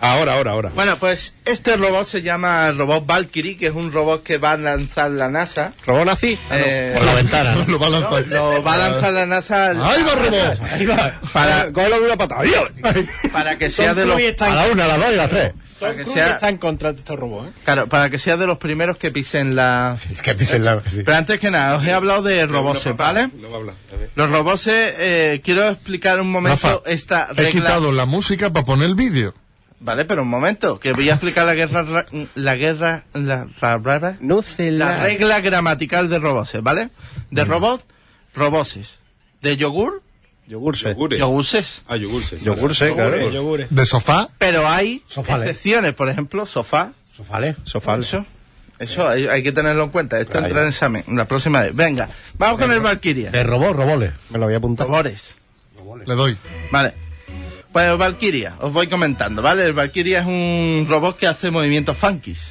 Ahora, ahora, ahora. Bueno, pues este robot se llama robot Valkyrie, que es un robot que va a lanzar la NASA. Robot nazi. Eh, Por la ventana. ¿no? Lo va a lanzar. lo va a lanzar la NASA al- Ah, ¡Ahí va, robot! para, Cógelo de una patada. para que sea de los Cruise A está, la una, a las dos y a las tres. para que Cruise sea, está en contra de estos robots, ¿eh? claro, para que sea de los primeros que pisen la. Es que dicen la. sí. Pero antes que nada, os he hablado de roboses, ¿vale? Lo va a hablar. A ver. Los roboses, eh, quiero explicar un Rafa, momento esta he regla. quitado la música para poner el vídeo. Vale, pero un momento, que voy a explicar la guerra, ra- la guerra, la, ra- ra- ra- No se la la... regla gramatical de roboses, ¿vale? De robot, roboses. De yogur, Yogurse. Yogures. yogurses. Ah, yogurse. Yogurse, claro. Yogures. Yogures. De sofá, Pero hay ¿eh? Sofales. excepciones, por ejemplo, sofá. Sofales. Sofalso. Eso, eso hay, hay que tenerlo en cuenta. Esto entra en examen la próxima vez. Venga, vamos con el Valkyria. De robó, roboles. Me lo voy a apuntar. Robores. le doy. Vale. Pues Valkyria, os voy comentando, ¿vale? El Valkyria es un robot que hace movimientos funkies.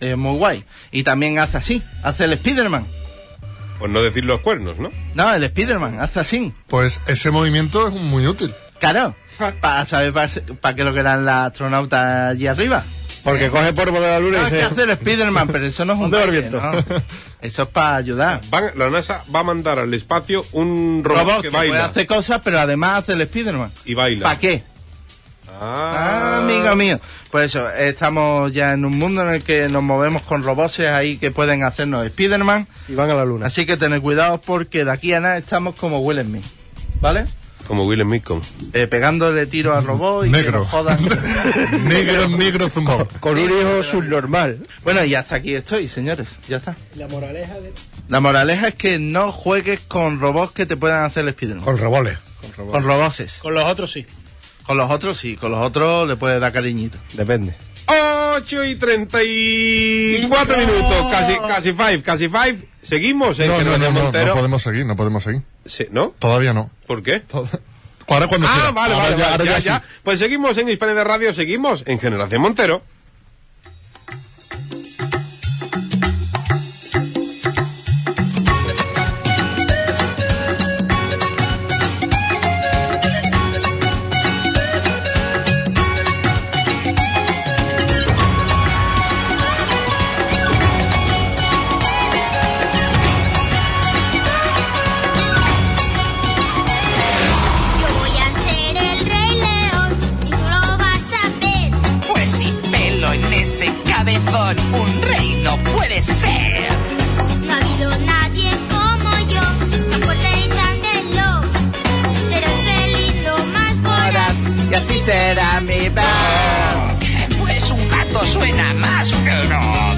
Es muy guay. Y también hace así, hace el Spiderman. Por no decir los cuernos, ¿no? No, el Spiderman, hace así. Pues ese movimiento es muy útil. Claro. Para saber para qué lo que eran las astronautas allí arriba. Porque coge polvo de la luna y Ah, No, es que dice... hace el Spiderman, pero eso no es un ¿Dónde va baile, el viento? ¿no? Eso es para ayudar. Van- la NASA va a mandar al espacio un robot, Robot que que baila. puede hacer cosas, pero además hace el Spiderman. Y baila. ¿Para qué? Ah, amigo mío. Por eso, eh, estamos ya en un mundo en el que nos movemos con robots ahí que pueden hacernos Spiderman. Y van a la luna. Así que tened cuidado porque de aquí a nada estamos como Will Smith. ¿Vale? Como Will Smith. como- Eh, pegándole tiro al robot y que Negro. nos jodan. negro, negro zumbado. Con un hijo subnormal. bueno, y hasta aquí estoy, señores. Ya está. La moraleja es que no juegues con robots que te puedan hacer el Spiderman. Con roboles. Con roboses. Con los otros sí. Con los otros sí, con los otros le puedes dar cariñito. Depende. 8 y 34 minutos, casi, casi five, casi five. Seguimos en No, que no, nos no, dé no, no Montero. podemos seguir, no podemos seguir. Se- ¿No? Todavía no. ¿Por qué? Tod- Ahora cuando Ah, quiera. vale, Ahora vale, ya- vale, ahora ya, ya ya. sí. Pues seguimos en Hispania de Radio, seguimos en Generación Montero. Yo voy a ser el rey león y tú lo vas a ver. Pues sin pelo en ese cabezón, un rey no puede ser. No ha habido nadie como yo, tan fuerte y tan veloz. Seré feliz, no más voraz. Y así será mi voz. Pues un gato suena más feroz.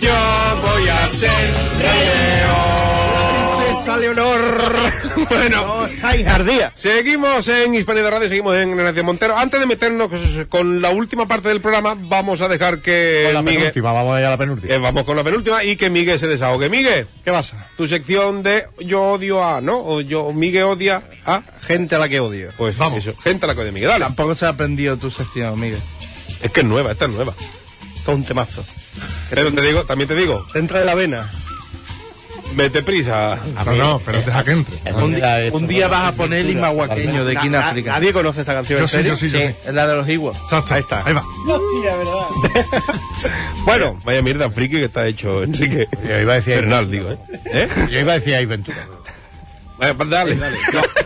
yo voy a sale honor. bueno, Seguimos en Hispania de Radio, seguimos en Generación Montero. Antes de meternos con la última parte del programa, vamos a dejar que La Miguel. penúltima, vamos a ir a la penúltima. eh, vamos con la penúltima y que Miguel se desahogue. Miguel, ¿qué pasa? tu sección de Yo odio a, ¿no? O yo, Miguel odia a. Gente a la que odio. Pues vamos. Eso. Gente a la que odia Miguel. Dale. Tampoco se ha aprendido tu sección, Miguel. Es que es nueva, esta es nueva. Esto es un temazo. Pero te digo, también te digo, Te entra de la vena. mete prisa. No, no, pero deja que entre. Un, di- un día vas a poner el imahuaqueño de Na- na- Kináfrica. Nadie conoce esta canción. Yo ¿en sí, serio? yo sí, yo sí. Es la de los iguas. Ahí está. Ahí va. Bueno, vaya mierda friki que está hecho Enrique. Yo iba a decir- Bernal, digo, ¿eh? ¿Eh? Yo iba a decir ahí Ventura. Vaya, pues dale, dale.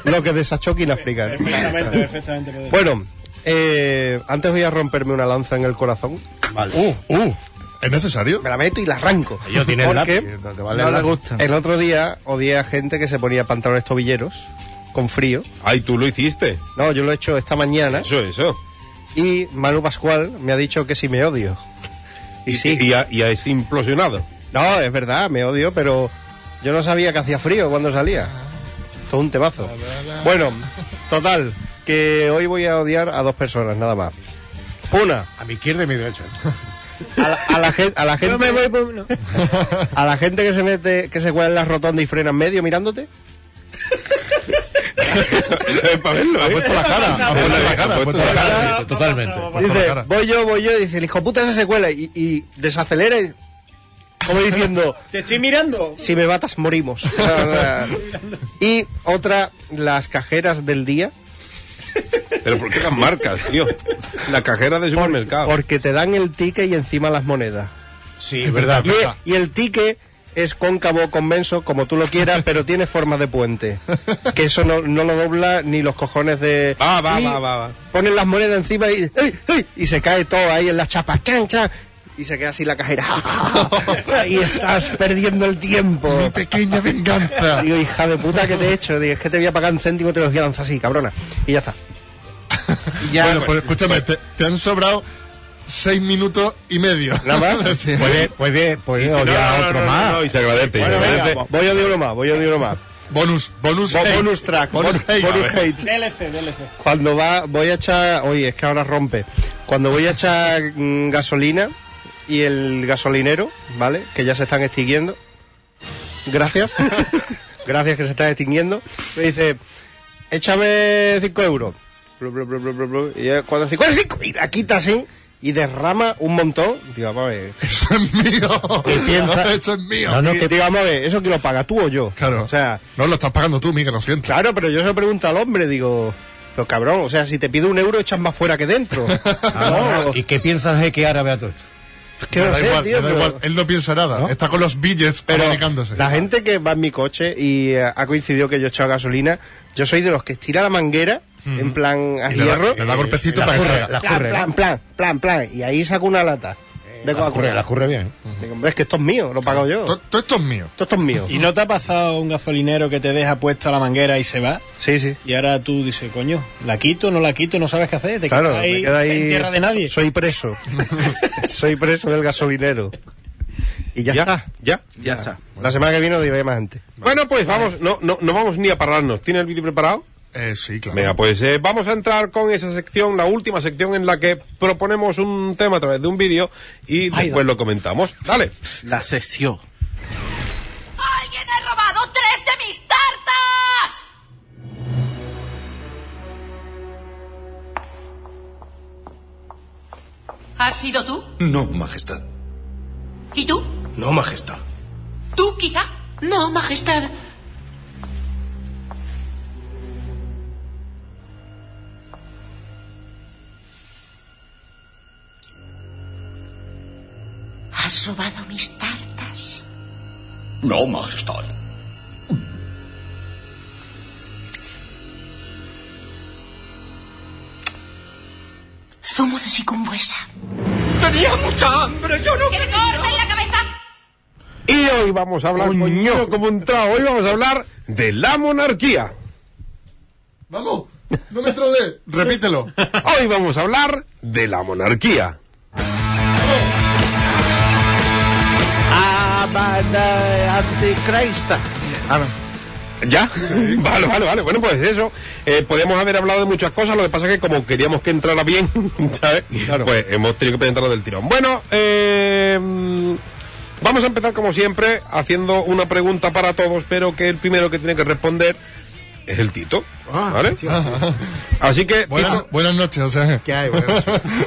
Lo que desachó Kináfrica. Perfectamente, perfectamente. Pedro. bueno, eh, antes voy a romperme una lanza en el corazón. Uh, uh. ¿Es necesario? Me la meto y la arranco. Yo tiene el Porque lápiz, no te vale el lápiz. El otro día odié a gente que se ponía pantalones tobilleros con frío. Ay, tú lo hiciste. No, yo lo he hecho esta mañana. Eso, eso. Y Manu Pascual me ha dicho que si me odio. Y sí. Y, ha- y has implosionado. No, es verdad, me odio, pero yo no sabía que hacía frío cuando salía. Todo un temazo. Bueno, total, que hoy voy a odiar a dos personas, nada más. Una, A mi izquierda y mi derecha. a la, a la gen- a la gente. A la gente que se mete, que se cuela en las rotondas y frena en medio mirándote. Eso es para verlo, Ha ¿eh? puesto la cara. Ha puesto la cara. Ha puesto la cara. Totalmente. Puesto la Dice, cara. voy yo, voy yo, y dice, el hijo puta se secuela y, y desacelera y- como diciendo, Te estoy mirando. si me matas morimos. O sea, y otra, las cajeras del día. Pero ¿por qué las marcas, tío? La cajera de supermercado. Porque te dan el ticket y encima las monedas. Sí, es verdad. Y, y el ticket es cóncavo o convenso, como tú lo quieras, pero tiene forma de puente. Que eso no, no lo dobla ni los cojones de... Va, va, Y va, va, va. Ponen las monedas encima y... ¡Ey, ey! Y se cae todo ahí en las chapas. cancha Y se queda así la cajera. ahí estás perdiendo el tiempo. Mi pequeña venganza. Digo, hija de puta, ¿qué te he hecho? Digo, es que te voy a pagar un céntimo y te los voy a lanzar así, cabrona. Y ya está. bueno, pues escúchame, te, te han sobrado seis minutos y medio. Nada más. Puede, puede, puede No, odiar no, a no, otro no, más. no, y se agradece. y se Bueno, venga, agradece. pues, voy a decir uno más, voy a decir uno más. Bonus, bonus Bo- hate. bonus track, Bonus bonus, hate. bonus hate. DLC, DLC. Cuando va, voy a echar, oye, es que ahora rompe. Cuando voy a echar mm, gasolina y el gasolinero, ¿vale? Que ya se están extinguiendo. Gracias. Gracias que se están extinguiendo. Me dice, échame 5 euros. Blu, blu, blu, blu, blu, blu. Y yo, cuando 5 cinco, y la quita así y derrama un montón. Digo, vamos a ver. Eso es mío. piensa- Eso es mío. Ah, No, no, que digo, vamos a ver, ¿eso que lo paga tú o yo? Claro. O sea, no lo estás pagando tú, Miguel, lo siento. Claro, pero yo se lo pregunto al hombre, digo, pero cabrón, o sea, si te pido un euro echas más fuera que dentro. no, ¿Y qué piensa el jeque árabe a todo esto? es que no da sé, igual, tío, da pero- igual. Él no piensa nada. Está con los billets pero comunicándose. la gente que va en mi coche y eh, ha coincidido que yo he echado gasolina, yo soy de los que estira la manguera, en plan a Y le da, hierro, le da golpecito para que salga. La plan, curre, plan, plan, plan, plan, y ahí saco una lata de la curre, Coca-Cola. la curre bien. Digo, hombre, es que esto es mío, lo pago yo. To- Todo esto es mío. Esto, esto es mío. ¿Y no te ha pasado un gasolinero que te deja puesta la manguera y se va? Sí, sí. Y ahora tú dices, coño, ¿la quito no la quito? ¿No sabes qué hacer? Te Claro, quedas ahí, me queda ahí. en tierra de nadie. Soy preso. soy preso del gasolinero. Y ya, está. ¿Ya? Ya está. La semana que viene lo diré más antes. Bueno, pues vamos, no, no, no vamos ni a pararnos. ¿Tiene el vídeo preparado? Eh, sí, claro. Venga, pues eh, vamos a entrar con esa sección, la última sección en la que proponemos un tema a través de un vídeo y después lo comentamos. Dale. La sesión. ¡Alguien ha robado tres de mis tartas! ¿Has sido tú? No, Majestad. ¿Y tú? No, Majestad. ¿Tú quizá? No, Majestad. Has robado mis tartas. No, Majestad. Zumo de sicumbuesa. Tenía mucha hambre, yo no. ¡Que le corten la cabeza! Y hoy vamos a hablar, coño, como un trago, hoy vamos a hablar de la monarquía. Vamos, no me trolees. Repítelo. Hoy vamos a hablar de la monarquía. anticrista. Ah, no. ¿Ya? Vale, vale, vale. Bueno, pues eso. Eh, podemos haber hablado de muchas cosas, lo que pasa es que como queríamos que entrara bien, ¿sabes? Pues hemos tenido que presentarlo del tirón. Bueno, eh, mm, vamos a empezar como siempre haciendo una pregunta para todos, pero que el primero que tiene que responder es el Tito. ¿Vale? Así que, Buenas, Tito, buenas noches, o sea. ¿Qué hay?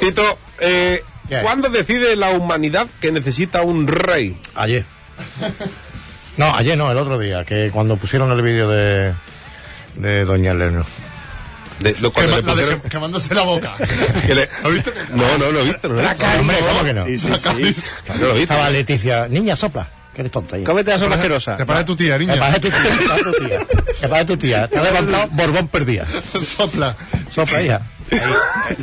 Tito, eh, ¿cuándo decide la humanidad que necesita un rey? Ayer. No, ayer no, el otro día, que cuando pusieron el vídeo de, de Doña Elena. De, lo, cuando le pusieron- Quemándose la boca. que le- No, no, lo he visto. No lo he visto. Hombre, ¿cómo que No no? lo he visto. Estaba Leticia, niña, sopla, que eres tonta. Cómete la Te parece- sopa asquerosa. Te parece tu tía, niña. Me parece tu tía, me parece tu tía. Me parece tu tía. Te ha levantado Borbón perdida. Sopla. Sopla, hija.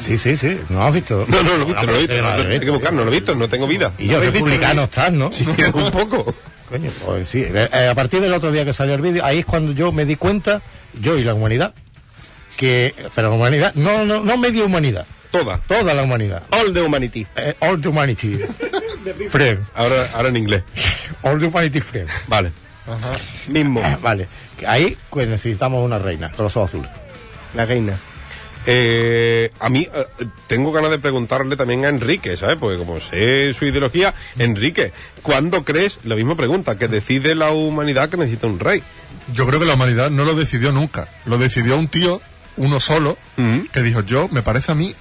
Sí, sí, sí. No has visto. No, no lo he visto, no lo he visto. Sí, No, no, no, no, Hay que buscar, no lo he visto, no tengo vida. Y yo, republicano estás, ¿no? Sí, un poco. Coño, pues sí. Eh, a partir del otro día que salió el vídeo, ahí es cuando yo me di cuenta, yo y la humanidad, que. Pero la humanidad, no, no, no media humanidad, Toda. toda la humanidad. All the humanity. Eh, all the humanity. friend. Ahora, ahora en inglés. All the humanity friend. Vale. Mismo. Ah, vale. Que Ahí pues, necesitamos una reina, con los ojos azules. La reina. Eh, a mí eh, tengo ganas de preguntarle también a Enrique, ¿sabes? Porque como sé su ideología, Enrique, ¿cuándo crees, la misma pregunta, que decide la humanidad que necesita un rey? Yo creo que la humanidad no lo decidió nunca. Lo decidió un tío, uno solo, que dijo, yo, me parece a mí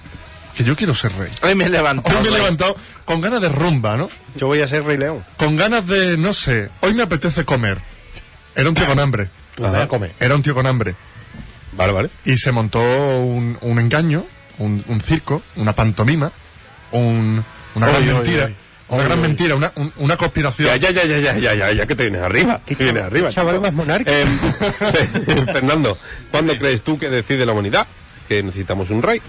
que yo quiero ser rey. Hoy me levantó. Hoy me he levantado con ganas de rumba, ¿no? Yo voy a ser Rey León. Con ganas de, no sé, hoy me apetece comer. Era un tío con hambre. Voy a comer. Era un tío con hambre. Vale, vale. Y se montó un, un engaño, un, un circo, una pantomima, un- una gran Oy, oy, mentira. oy. Una gran mentira, una, un- una conspiración. Ya, ya, ya, ya, ya, ya, ya, ya que te vienes arriba. Te vienes arriba. Chaval más monárquico. Eh, Fernando, ¿cuándo crees tú que decide la humanidad que necesitamos un rey?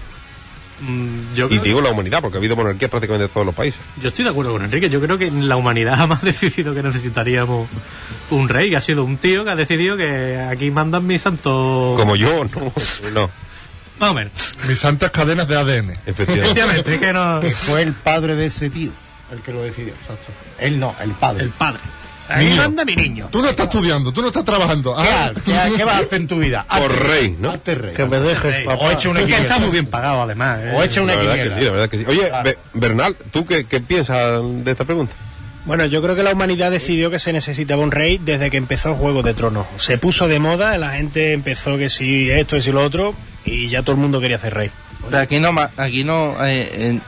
Mm, Yo, Y creo- digo la humanidad, porque ha habido monarquía prácticamente en todos los países. yo estoy de acuerdo con Enrique. Yo creo que la humanidad jamás ha decidido que necesitaríamos un rey, que ha sido un tío que ha decidido que aquí mandan mis santos. Como yo, no, no, Más o menos. Mis santas cadenas de ADN. efectivamente. Efectivamente, que no. Que fue el padre de ese tío el que lo decidió. Él no, el padre. El padre. Ahí Niño. manda mi niño. Tú no estás estudiando, tú no estás trabajando. ¿Qué, Ah, ha- qué ha- qué vas a hacer en tu vida? Por Hazte- rey, ¿no? hazte rey. Que me dejes, Ey, papá. O echa una Es que está muy quiniela. bien pagado, además. ¿eh? O echa una La verdad que sí, la quiniela. verdad que sí. Oye, Claro. Be- Bernal, ¿tú qué, qué piensas de esta pregunta? Bueno, yo creo que la humanidad decidió que se necesitaba un rey desde que empezó Juego de Tronos. Se puso de moda, la gente empezó que sí esto y si lo otro, y ya todo el mundo quería ser rey. Pero aquí no, ma- aquí no, eh, eh,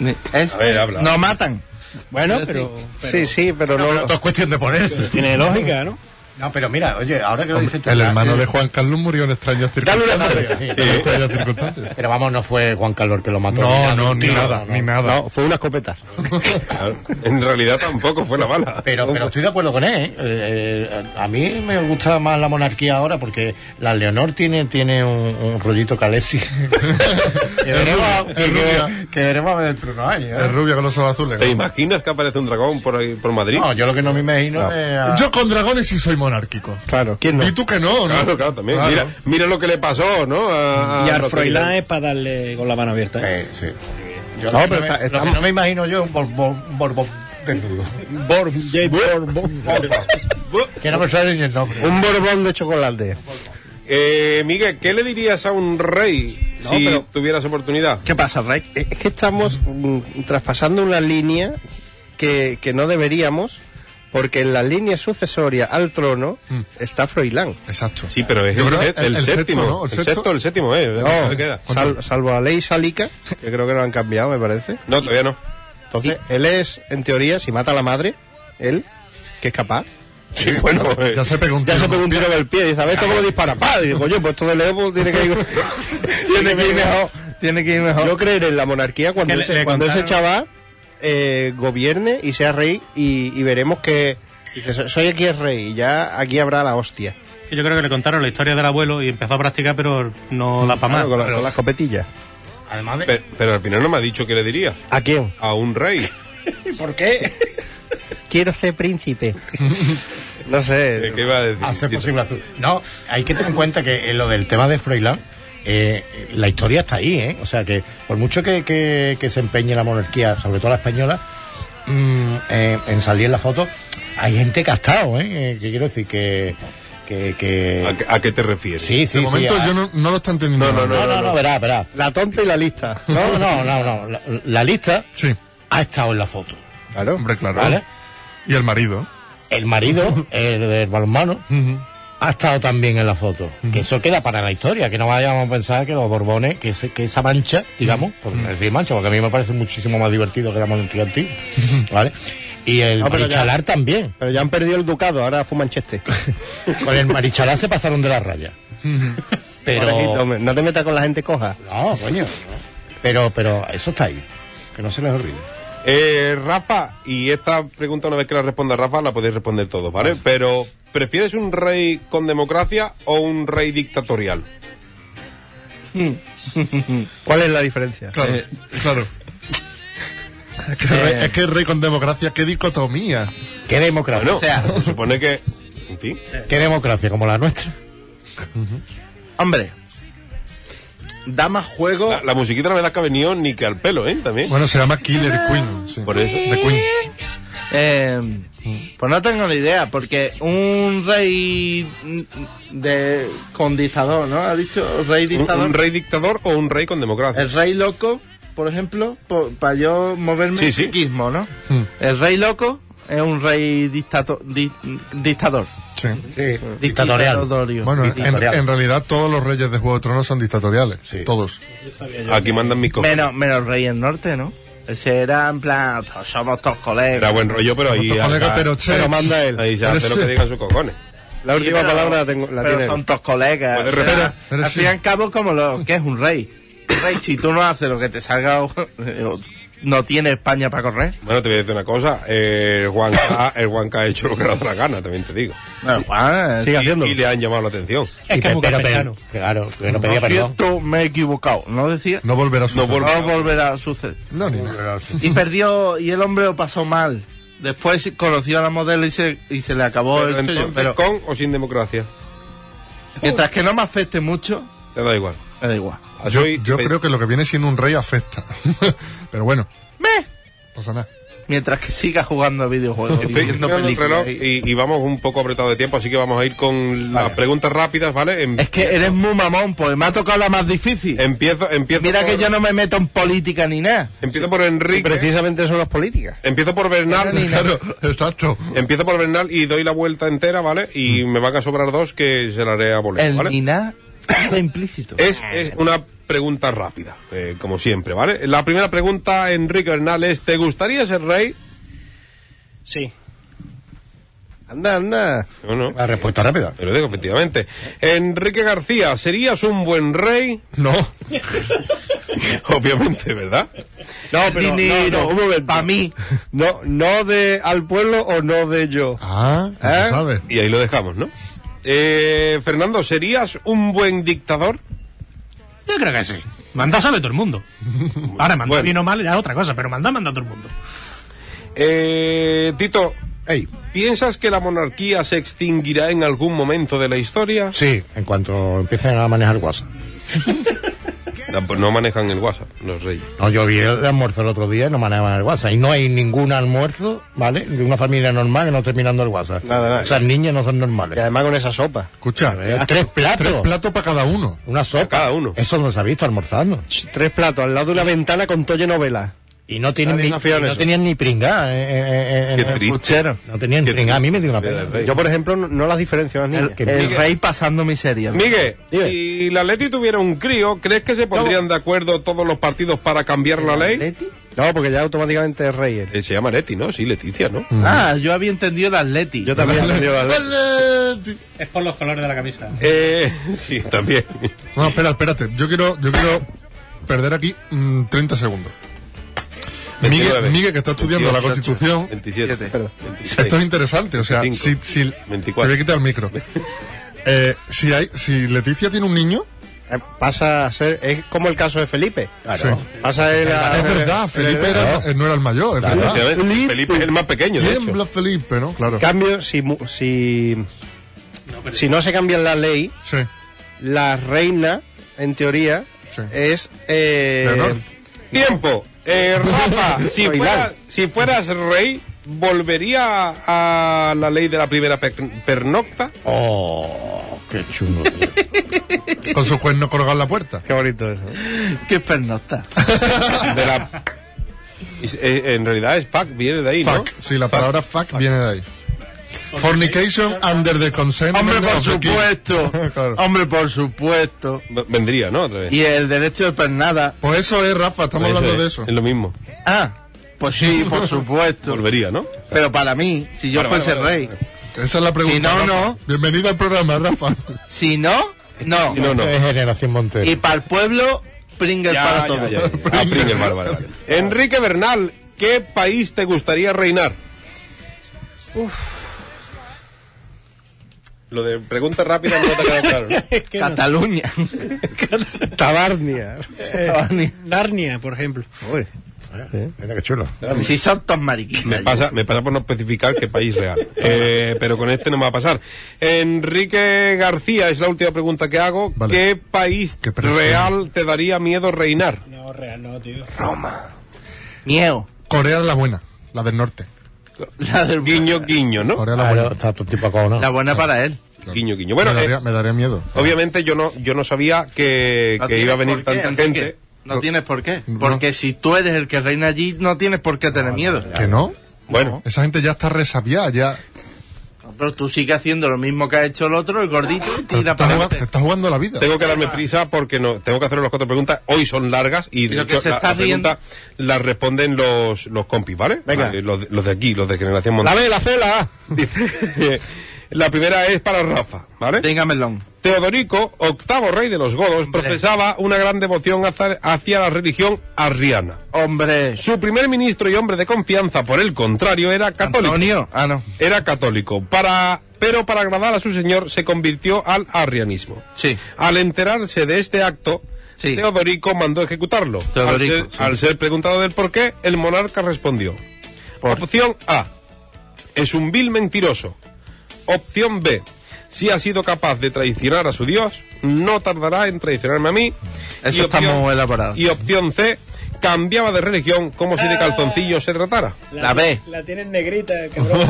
eh, es- A ver, habla. no matan. Bueno, pero, pero Sí, sí, pero no. Todo es cuestión de ponerse. tiene lógica, ¿no? No, pero mira, oye, ahora que lo dices tú. el ya, hermano eh, de Juan Carlos murió en extrañas circunstancias. madre. En extrañas circunstancias. Pero vamos, no fue Juan Calor que lo mató. No, nada, no, un ni tiro, nada, no, ni no. nada. No, fue una escopeta. Claro, En realidad tampoco fue la bala. Pero, pero estoy de acuerdo con él. ¿eh? Eh, eh, a mí me gusta más la monarquía ahora porque la Leonor tiene, tiene un, un rollito calesi. que veremos, Es rubia. que, que veremos a ver dentro de unos años. Es ¿eh? rubia con los ojos azules. ¿Te imaginas que aparece un dragón por ahí, por Madrid? No, yo lo que no me imagino es. a- Yo con dragones sí soy monárquico. Claro, ¿quién no? Y tú que no, ¿no? Claro, claro, también. Claro. Mira, mira lo que le pasó, ¿no? A, a Y al Roque Froilán Guillén. es para darle con la mano abierta. ¿eh? Eh, sí. Yo No, lo, que pero no me, está- lo está- que no me imagino yo es un bor- bor- Borbón desnudo. Que no me sale ni el nombre. Un borbón de chocolate. Eh, Miguel, ¿qué le dirías a un rey si pero- tuvieras oportunidad? ¿Qué pasa, Rey? Es que estamos mm, traspasando una línea que, que no deberíamos, Porque en la línea sucesoria al trono está Froilán. Exacto. Sí, pero es Yo el, creo set- el- el el sexto, séptimo. ¿no? El El sexto, sexto. el séptimo, eh. No, se queda. sal- salvo la ley sálica, que creo que lo han cambiado, me parece. No, todavía no. Entonces, él es, en teoría, si mata a la madre, él, que es capaz. Sí, bueno, Pues, eh. Ya se pegó un Ya tiro. se pegó un tiro en el pie, dice, a ver, ¿esto cómo dispara? ¡Pah! Y digo, coño, pues esto de Leo pues, tiene que ir, tiene que ir mejor. Tiene que ir mejor. Yo creer en la monarquía cuando, Que le- ese, le cuando ese contaron- chaval eh, gobierne y sea rey y, y veremos que... dice, "So- soy aquí el rey y ya aquí habrá la hostia. Yo creo que le contaron la historia del abuelo y empezó a practicar, pero no da para más. Claro, con, la, con la escopetilla. Además Pero, pero al final no me ha dicho qué le diría. ¿A quién? A un rey. ¿Por qué? Quiero ser príncipe. no sé. ¿Qué iba a decir? Hacer posible azul. Eh, No, hay que tener en cuenta que eh, lo del tema de Froilán, eh, la historia está ahí, ¿eh? O sea que por mucho que, que- que se empeñe la monarquía, sobre todo la española, mm, eh, en salir en la foto, hay gente que ha estado, ¿eh? Eh, Que quiero decir que... que, que- ¿A, qué- a qué te refieres? Sí, sí, De sí, momento a- yo no, no lo está entendiendo. no, no, no, verá, verá. La tonta y la lista. No, no, no, no. La, la lista Sí, ha estado en la foto, Claro. hombre, claro. ¿vale? Y el marido. El marido, el del balonmano, Ujú. ha estado también en la foto. Que eso queda para la historia, que no vayamos a pensar que los Borbones, que, ese- que esa mancha, digamos, por no decir mancha, porque a mí me parece muchísimo más divertido que la monarquía antigua, ¿vale? Y el No, pero ya- marichalar también. Pero ya han perdido el ducado, ahora fuman cheste. Con el marichalar se pasaron de la raya. Pobrecito, Pero... hombre, no te metas con la gente coja. No, coño. Pero, pero eso está ahí. Que no se les olvide. Eh, Rafa, y esta pregunta una vez que la responda Rafa la podéis responder todos, ¿vale? Pero, ¿prefieres un rey con democracia o un rey dictatorial? ¿Cuál es la diferencia? Claro, claro. Eh. Es que, rey, Eh, es que rey con democracia, qué dicotomía. ¿Qué democracia? Bueno, O sea, se supone que... En fin. ¿Qué democracia como la nuestra? Hombre, da más juego. La, la musiquita la verdad que ha venido ni que al pelo, ¿eh? También. Bueno, se llama Killer Queen. sí. Por eso. De Queen. Eh, pues no tengo ni idea, porque un rey mm, de con dictador, ¿no? Ha dicho rey ¿Un, dictador. un rey dictador o un rey con democracia? El rey loco, por ejemplo, para yo moverme Sí, sí. en psiquismo, ¿no? Mm. El rey loco es un rey dictato- di- dictador. Sí. Dictatorial. Dictatorio. Bueno, en, Dictatorial. en realidad todos los reyes de Juego de Tronos son dictatoriales. Sí. Todos. Aquí mandan mis cosas. menos, menos rey del norte, ¿no? Ese era en plan, pues somos todos colegas. Era buen rollo, pero ahí... Otro colega, ya- pero che, Pero manda él. Ahí ya hace lo que digan sus cojones. La Sí, última pero- palabra la, tengo, la pero tiene él. son tus colegas. Puedes o sea, respetar. Pero al sí. fin y al cabo, como lo que es un rey. Un Rey, si tú no haces lo que te salga, no tiene España para correr. Bueno, te voy a decir una cosa. eh, el, Juan K, el Juan K ha hecho lo que le ha dado la gana, también te digo. Bueno, Juan, Y, sigue y le han llamado la atención. Es que es Y muy pe- pero campechano. pe- Claro, que no pedía Lo perdón. siento, me he equivocado. No decía. No volverá a suceder. No volverá a suceder. No, ni nada. Y perdió, y el hombre lo pasó mal. Después conoció a la modelo y se, y se le acabó Pero el entonces, chollo. Pero ¿con o sin democracia? mientras que no me afecte mucho, Te da igual. me da igual. Yo, Ah, Soy yo pe- creo que lo que viene siendo un rey afecta. Pero bueno, Me. pasa nada. Mientras que siga jugando a videojuegos y Estoy viendo mirando el películas. reloj y, y vamos un poco apretados de tiempo, así que vamos a ir con las preguntas rápidas, ¿vale? Em- Es que eres muy mamón, pues me ha tocado la más difícil. empiezo, empiezo. Mira que por- yo no me meto en política ni nada. Empiezo por Y Enrique. precisamente son las políticas. Empiezo por Bernal. Claro, exacto. Empiezo por Bernal y doy la vuelta entera, ¿vale? Y me van a sobrar dos que se la haré a Boleto, Mm. El ¿vale? ni nada es implícito. Es, es una pregunta rápida, eh, como siempre, ¿vale? La primera pregunta, Enrique Bernal, es: ¿te gustaría ser rey? Sí. Anda, anda. No, no. La respuesta rápida. Te lo digo, efectivamente. Enrique García, ¿serías un buen rey? No. Obviamente, ¿verdad? No, pero Dinero, no, no, un momento. pa' mí. No, no de al pueblo o no de yo. Ah, no ¿Eh? se sabe. Y ahí lo dejamos, ¿no? Eh, Fernando, ¿serías un buen dictador? Yo creo que sí. Mandar sabe todo el mundo. Ahora, mandar Bueno. bien o mal ya es otra cosa, pero mandar, manda todo el mundo. Eh, Tito, Ey. ¿piensas que la monarquía se extinguirá en algún momento de la historia? Sí, en cuanto empiecen a manejar WhatsApp. No, pues no manejan el WhatsApp, los reyes. No, yo vi el almuerzo el otro día y no manejaban el WhatsApp. Y no hay ningún almuerzo, ¿vale? De una familia normal que no esté mirando el WhatsApp. Nada, nada. Esas niñas no son Y normales. además con esa sopa. Escucha, Eh, Tres platos. tres platos para cada uno. Una sopa. Cada uno. Eso no se ha visto almorzando. Tres platos al lado de una ventana con tolle novela. Y no, tienen ni, desafío en y no eso. tenían ni pringá eh, eh, eh, en Qué el triste. puchero. No tenían ni pringá. A mí me dio una pena. Yo, por ejemplo, no, no las diferencio. las El- niñas. el Miguel. rey pasando miseria. Miguel, si la Leti tuviera un crío, ¿crees que se pondrían de acuerdo todos los partidos para cambiar la ley? No, porque ya automáticamente es rey. él. Eh, se llama Leti, ¿no? Sí, Leticia, ¿no? Ah, yo había entendido el Atleti. Yo también había entendido el Es por los colores de la camisa. Eh, sí, también. No, espera, espérate. Yo quiero, yo quiero perder aquí mm, 30 segundos. 29. Miguel, Miguel, que está estudiando la 28, Constitución, 27. esto es interesante. O sea, 25, si, si- te 24. voy a quitar el micro. Eh, si, hay, si Leticia tiene un niño, Eh, Pasa a ser. Es como el caso de Felipe. Sí. Pasa él a. Ah, es verdad, Felipe era, eh, no era el mayor. Es verdad. Efectivamente, Felipe es el más pequeño, de hecho. Tiembla Felipe, ¿no? Claro. En cambio, si, mu- si, si no se cambia la ley, Sí. la reina, en teoría, es... eh, Leonor. Tiempo. Eh, Rafa, si, Soy fuera- Lal. si fueras rey, ¿volvería a la ley de la primera per- pernocta? Oh, qué chulo. tío. Con su juez no colgar la puerta. Qué bonito eso. Qué pernocta. De la... Es- eh, en realidad es fuck, viene de ahí, ¿no? Fuck. Sí, la palabra fuck, viene de ahí. Fornication under the consent. Hombre, por of the king. supuesto. Claro. Hombre, por supuesto. V- Vendría, ¿no? Otra vez. Y el derecho de pernada. Pues eso es, Rafa, estamos Eso hablando es, de eso. Es lo mismo. Ah, pues sí, por supuesto. Volvería, ¿no? Pero para mí, si yo Vale, vale, fuese vale, rey. Esa es la pregunta. Si no, Rafa. no. Bienvenido al programa, Rafa. Si no, no. Si no, no. Eso es generación Montero. Y para el pueblo, Pringle para todo. ya, ya, ya. Ah, Pringles, vale, vale, vale. Enrique Bernal, ¿qué país te gustaría reinar? Uf. Lo de pregunta rápida no te ha quedado claro. ¿no? Cataluña. Tabarnia. Narnia. Narnia, por ejemplo. Uy, Mira qué chulo. Si son tan Me mariquitas. pasa, me pasa por no especificar qué país real. Eh, pero con este no me va a pasar. Enrique García, es la última pregunta que hago. Vale. ¿Qué país Qué presión. real te daría miedo reinar? No, real, no, tío. Mieo. Corea es la buena, la del norte. La, del- Guiño, guiño, ¿no? Corea es la Claro, buena. está tu tipo acá, ¿no? la buena para él. Guiño, guiño. Bueno, me, eh, daría, me daría miedo. obviamente yo no, yo no sabía que, No que iba a tienes venir Ah, por qué, tanta Enrique. gente. No tienes por qué. No. Porque si tú eres el que reina allí, no tienes por qué tener miedo. ¿Que no? Bueno, Esa gente ya está resabiada, ya. Pero tú sigues haciendo lo mismo que ha hecho el otro, el gordito, y Pero te tira estás para jugando, te adelante. estás jugando la vida. Tengo que Ah. darme prisa porque no tengo que hacer las cuatro preguntas. Hoy son largas y de Lo que hecho, se la- está las preguntas las responden los, los compis, ¿vale? Venga. Vale, los, de- los de aquí, los de Generación Montana. Dame la cela. Dice, eh, la primera es para Rafa, ¿vale? Venga, melón. Teodorico, octavo rey de los godos, profesaba una gran devoción hacia, hacia la religión arriana. Hombre. Su primer ministro y hombre de confianza, por el contrario, era católico. Antonio. Ah, no. Era católico, para, pero para agradar a su señor se convirtió al arrianismo. Sí. Al enterarse de este acto, Sí. Teodorico mandó ejecutarlo. Teodorico, al, ser, sí. al ser preguntado del por qué, el monarca respondió. Opción A. Es un vil mentiroso. Opción B. Si ha sido capaz de traicionar a su dios, no tardará en traicionarme a mí. Eso está muy elaborado. Y opción C. Cambiaba de religión como si de calzoncillo se tratara. La B. La tienes negrita, eh, cabrón.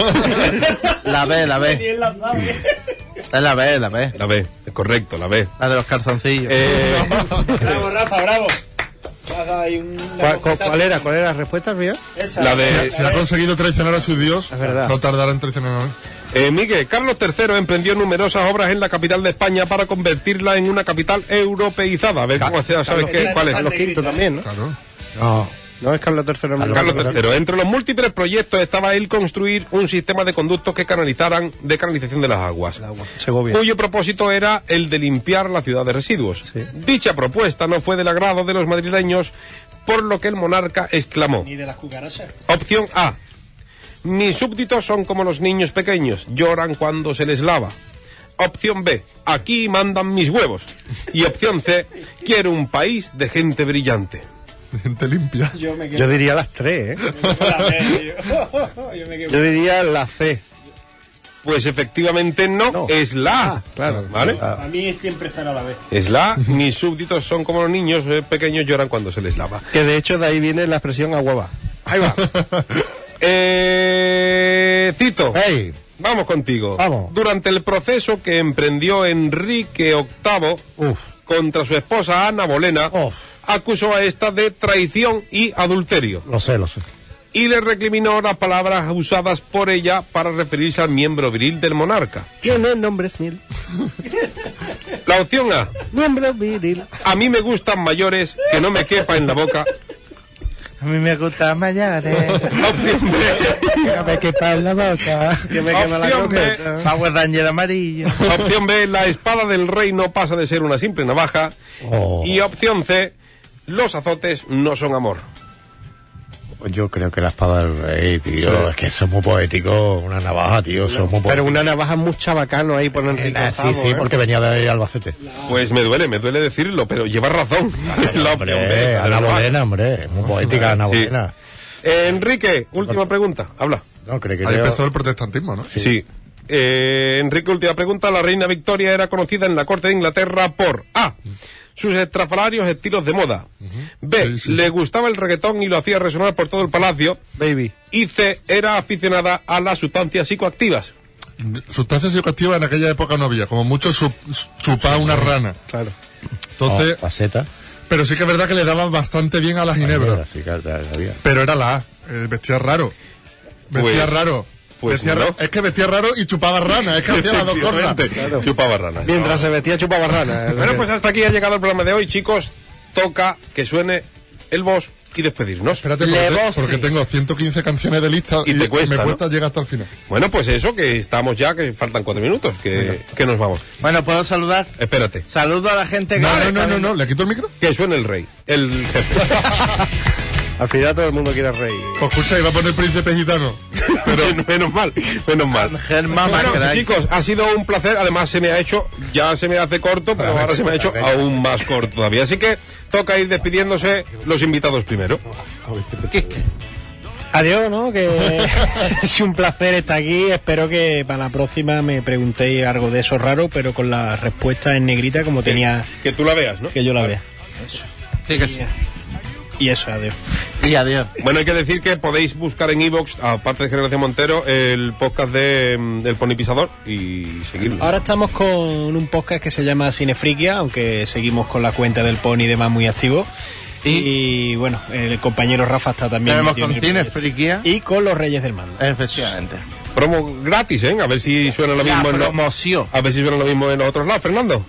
La B, la B. la sabe. Es la B, la B. La B. Es correcto, la B. La de los calzoncillos. Eh, Bravo, Rafa, bravo. Vas ahí una ¿Cuál, cu- cosita. cuál era? ¿Cuál era la respuesta, mía? Esa. la Si, de si ha conseguido traicionar a su dios, Es verdad. no tardará en traicionar a mí. Eh, Miguel, Carlos III emprendió numerosas obras en la capital de España para convertirla en una capital europeizada. A ver cómo sea, ¿sabes qué? ¿Cuál es? Carlos V también, ¿no? Claro. No. No es Carlos III. no me Carlos acuerdo. III. Entre los múltiples proyectos estaba el construir un sistema de conductos que canalizaran de canalización de las aguas, Segovia. cuyo propósito era el de limpiar la ciudad de residuos. Dicha propuesta no fue del agrado de los madrileños, por lo que el monarca exclamó. Ni de las cucarachas. Opción A. Mis súbditos son como los niños pequeños, lloran cuando se les lava. Opción B. Aquí mandan mis huevos. Y opción C. Quiero un país de gente brillante. Gente limpia. Yo me quedo. Yo diría las tres, ¿eh? Yo, la B, tío. Yo me Yo quedo. diría la C. Pues efectivamente no, No. Ah, es la A. Claro. ¿Vale? A mí siempre estará la B. Es la A. Mis súbditos son como los niños eh, pequeños, lloran cuando se les lava. Que de hecho de ahí viene la expresión a hueva. Ahí va. Eh, Tito. Ey, Vamos contigo. Vamos. Durante el proceso que emprendió Enrique VIII Uf. contra su esposa Ana Bolena, Uf. acusó a esta de traición y adulterio. Lo sé, lo sé. Y le recriminó las palabras usadas por ella para referirse al miembro viril del monarca. Yo no nombres mil. La opción A. Miembro viril. A mí me gustan mayores, que no me quepa en la boca. A mí me gusta mayores. No me quepa en la boca. Que me quema la Opción B. coqueta. Power Ranger amarillo. Opción B, la espada del rey no pasa de ser una simple navaja. Y opción C, los azotes no son amor. Pues Yo creo que la espada del rey, tío. Es que eso es muy poético. Una navaja, tío. Eso es muy Pero poético. una navaja muy chabacano ahí por Enrique. Ah, sí, Octavo, sí, ¿eh? porque venía de Albacete. Pues me duele, me duele decirlo, pero lleva razón. La opción B, Eh, la Ana navaja. Bolena, hombre. es Muy poética, Ana Sí. Bolena. Eh, Enrique, última pregunta. Habla. No, creo que Ahí yo- empezó el protestantismo, ¿no? Sí. Eh, Enrique, última pregunta. La reina Victoria era conocida en la corte de Inglaterra por A. Sus estrafalarios estilos de moda. B. Le gustaba el reggaetón y lo hacía resonar por todo el palacio. Baby. Y C. Era aficionada a las sustancias psicoactivas. Sustancias psicoactivas en aquella época no había, como mucho su- chupar una rana. Claro. Entonces, Oh, faceta. pero sí que es verdad que le daban bastante bien a la ginebra. Sí, claro, ya sabía. Pero era la A. eh, vestía raro. Vestía Pues- raro. pues Vestía no. ra- Es que vestía raro y chupaba rana. Es que hacía las dos cosas. Efectivamente, Chupaba rana. Mientras se vestía chupaba rana. Bueno, pues hasta aquí ha llegado el programa de hoy, chicos. Toca que suene el boss y despedirnos. Espérate, porque, te- porque tengo 115 canciones de lista Y te cuesta, me ¿no? cuesta llegar hasta el final. Bueno, pues eso, que estamos ya, que faltan cuatro minutos, que, que nos vamos. Bueno, ¿puedo saludar? Espérate. Saludo a la gente que... No, no, no, no, no, ¿le quito el micro? Que suene el rey, el jefe. Al final todo el mundo quiere rey. Pues escucha, iba a poner príncipe gitano. Pero menos mal, menos mal. Germán Bueno, Macray. chicos, ha sido un placer. Además, se me ha hecho, ya se me hace corto, pero ahora se me ha hecho aún más corto todavía. Así que toca ir despidiéndose los invitados primero. Adiós, ¿no? Que es un placer estar aquí. Espero que para la próxima me preguntéis algo de eso raro, pero con la respuesta en negrita como tenía Que tú la veas, ¿no? que yo la vea. Sí que sí. Y eso, adiós. Y adiós. Bueno, hay que decir que podéis buscar en Evox, aparte de Generación Montero, el podcast de, mm, del Ponipisador y seguirlo. Ahora estamos con un podcast que se llama Cinefriquia, aunque seguimos con la cuenta del Pony y demás muy activo. ¿Y? bueno, el compañero Rafa está también. Tenemos metido en con el Cine proyecto. Friquía. Y con los Reyes del Mando. Efectivamente. Promo gratis, ¿eh? A ver si suena lo La mismo en los, promoción. a ver si suena lo mismo en los otros lados, Fernando.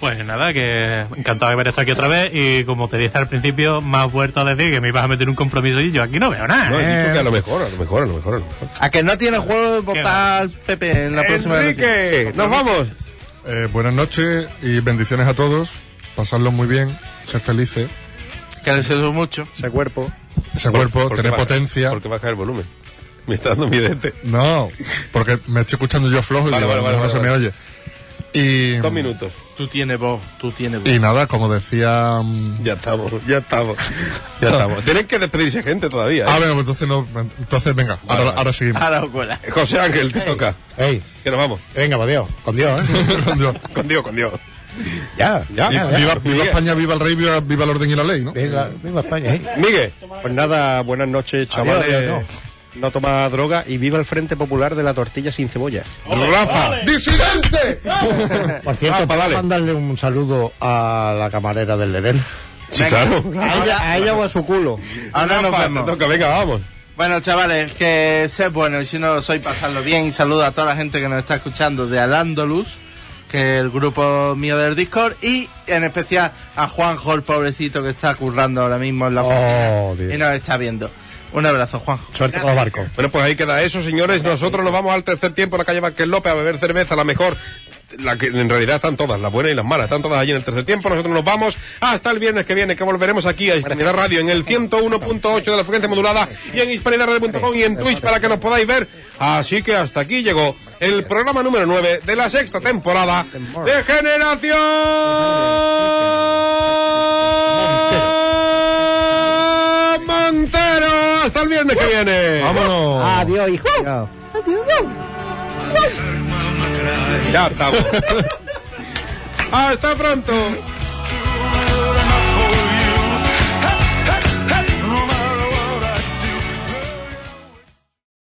Pues nada, que encantado de haber estado aquí otra vez y como te dije al principio, me has vuelto a decir que me ibas a meter un compromiso y yo aquí no veo nada. No, he dicho ¿eh? que a lo mejor, a lo mejor, a lo mejor, a lo mejor. A que no tiene juego de votar al Pepe en la próxima Enrique, elección. nos vamos. Este Eh, buenas noches y bendiciones a todos. Pasadlo muy bien, ser felices. Que les deseo mucho. Ese cuerpo. Ese cuerpo, Porque tener baja- potencia. Porque baja el volumen. Me está dando mi dente. No, porque me estoy escuchando yo flojo y Vale, digo, vale, a lo vale, mejor no vale, se me Dos oye. minutos. Tú tienes voz, tú tienes voz. Y, y nada, como decía... mm, Ya estamos, ya estamos. Ya estamos. Tienen que despedirse gente todavía. ¿eh? Ah, bueno, pues entonces no... Entonces, venga, ahora, ahora seguimos. A la escuela. José Ángel, te toca. Ey, Que nos vamos. venga, por Dios. Con Dios, ¿eh? Yo. Con Dios, con Dios. ya, ya. Y ya, viva, ya. viva España, viva el rey, viva, viva el orden y la ley, ¿no? Venga, viva España, ¿eh? Miguel. Pues nada, buenas noches, chavales. adiós, No toma droga y viva el Frente Popular de la tortilla sin cebolla. Rafa. ¡Disidente! Por cierto, Rafa, para dale. mandarle un saludo a la camarera del Lerén. Sí, claro. A ella, a ella o a su culo. Ahora nos Rafa, te vemos. toca, venga, vamos. Bueno, chavales, que sé bueno y si no lo soy, pasadlo bien. Y saludo a toda la gente que nos está escuchando de Alándolus, que es el grupo mío del Discord, y en especial a Juanjo, el pobrecito que está currando ahora mismo en la oficina Dios. y nos está viendo. Un abrazo, Juanjo. Suerte con los barcos. Bueno, pues ahí queda eso, señores. Nosotros nos vamos al tercer tiempo a la calle Vázquez López a beber cerveza, la mejor. La que en realidad están todas, las buenas y las malas, están todas allí en el tercer tiempo. Nosotros nos vamos hasta el viernes que viene, que volveremos aquí a Hispanidad Radio en el 101.8 de la frecuencia modulada y en hispanidadradio.com y en Twitch para que nos podáis ver. Así que hasta aquí llegó el programa número 9 de la sexta temporada de Generación Montero. Hasta el viernes que viene. ¡Vámonos! Adiós, hijo. Ya estamos. Hasta Ah, pronto.